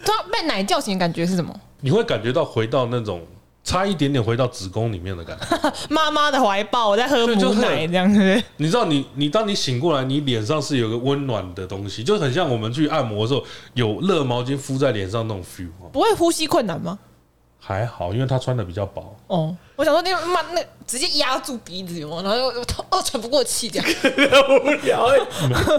B: 突然被奶叫醒的感觉是什么？
D: 你会感觉到回到那种差一点点回到子宫里面的感觉。
B: 妈妈的怀抱，我在喝
D: 对就
B: 母
D: 是
B: 奶这样子。
D: 你知道你，你当你醒过来，你脸上是有个温暖的东西，就很像我们去按摩的时候有热毛巾敷在脸上那种 feel 哦。
B: 不会呼吸困难吗？
D: 还好，因为他穿的比较薄，
B: 哦，我想说那妈那直接压住鼻子有没有然后又又又喘不过气这样。
E: 无聊欸，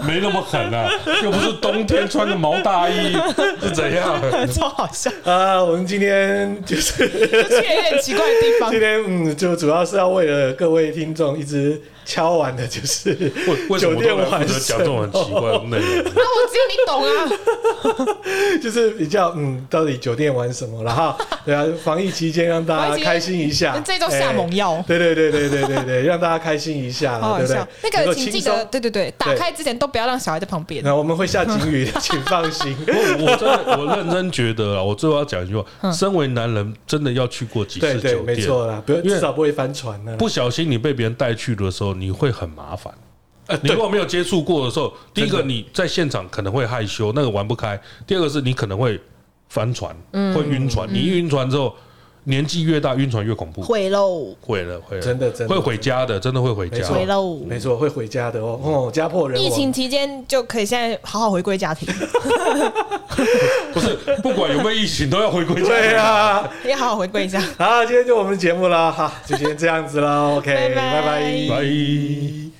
D: 没没那么狠 啊，又不是冬天穿个毛大衣是怎样？
B: 超好笑，
E: 啊，我们今天就是
B: 去了一点奇怪的地方 哦
E: 今。天嗯，就主要是要为了各位听众一直敲完的，就是
D: 为为什
E: 酒
D: 么都
E: 店
D: 来负
E: 晚
D: 责讲这种很奇怪的内容？
F: 那我只有你懂啊，
E: 就是比较嗯，到底酒店玩什么了哈？对啊，防疫期间让
B: 防
E: 大
B: 疫
E: 家
B: 期间
E: 开心一下，
B: 这都下猛药
E: 哎对对对对对对对，让大家开心一下
B: 好
E: 啦，
B: 好
E: 对不
B: 笑
E: 对？，
B: 那
E: 能
B: 个
E: 够
B: 请
E: 轻
B: 记
E: 松
B: 得，对对对，打
E: 对
B: 开之前都不要让小孩在旁边。
E: 那我们会下警语的，请放心。
D: 我我真的我认真觉得啊，我最后要讲一句话：身为男人，真的要去过几
E: 对
D: 次
E: 对，
D: 酒
E: 没
D: 店，
E: 错啦，不要
D: 因为
E: 至少不会翻船呢。
D: 不小心你被别人带去的时候，你会很麻烦。
E: 呃，
D: 你
E: 对
D: 如果没有接触过的时候，第一个
E: 真的
D: 你在现场可能会害羞，嗯那个玩不开；第二个是你可能会翻船，会晕船。你一晕船之后，年纪越大，晕船越恐怖，
B: 会喽，
D: 毁了，毁了，
C: 真的真的
D: 会回家的，真的会回家
C: 没。错
B: 会喽。
C: 没错，会回家的哦，哦，家破人
B: 疫情
C: 亡。
B: 期间就可以现在好好回归 家庭，
D: 不是，不管有没有疫情，都要回归家。
C: 对啊，
B: 也好好回归一下。
C: 好，今天就我们的节目啦，哈，就先这样子啦，OK，
B: 拜拜
C: 拜拜
D: 拜。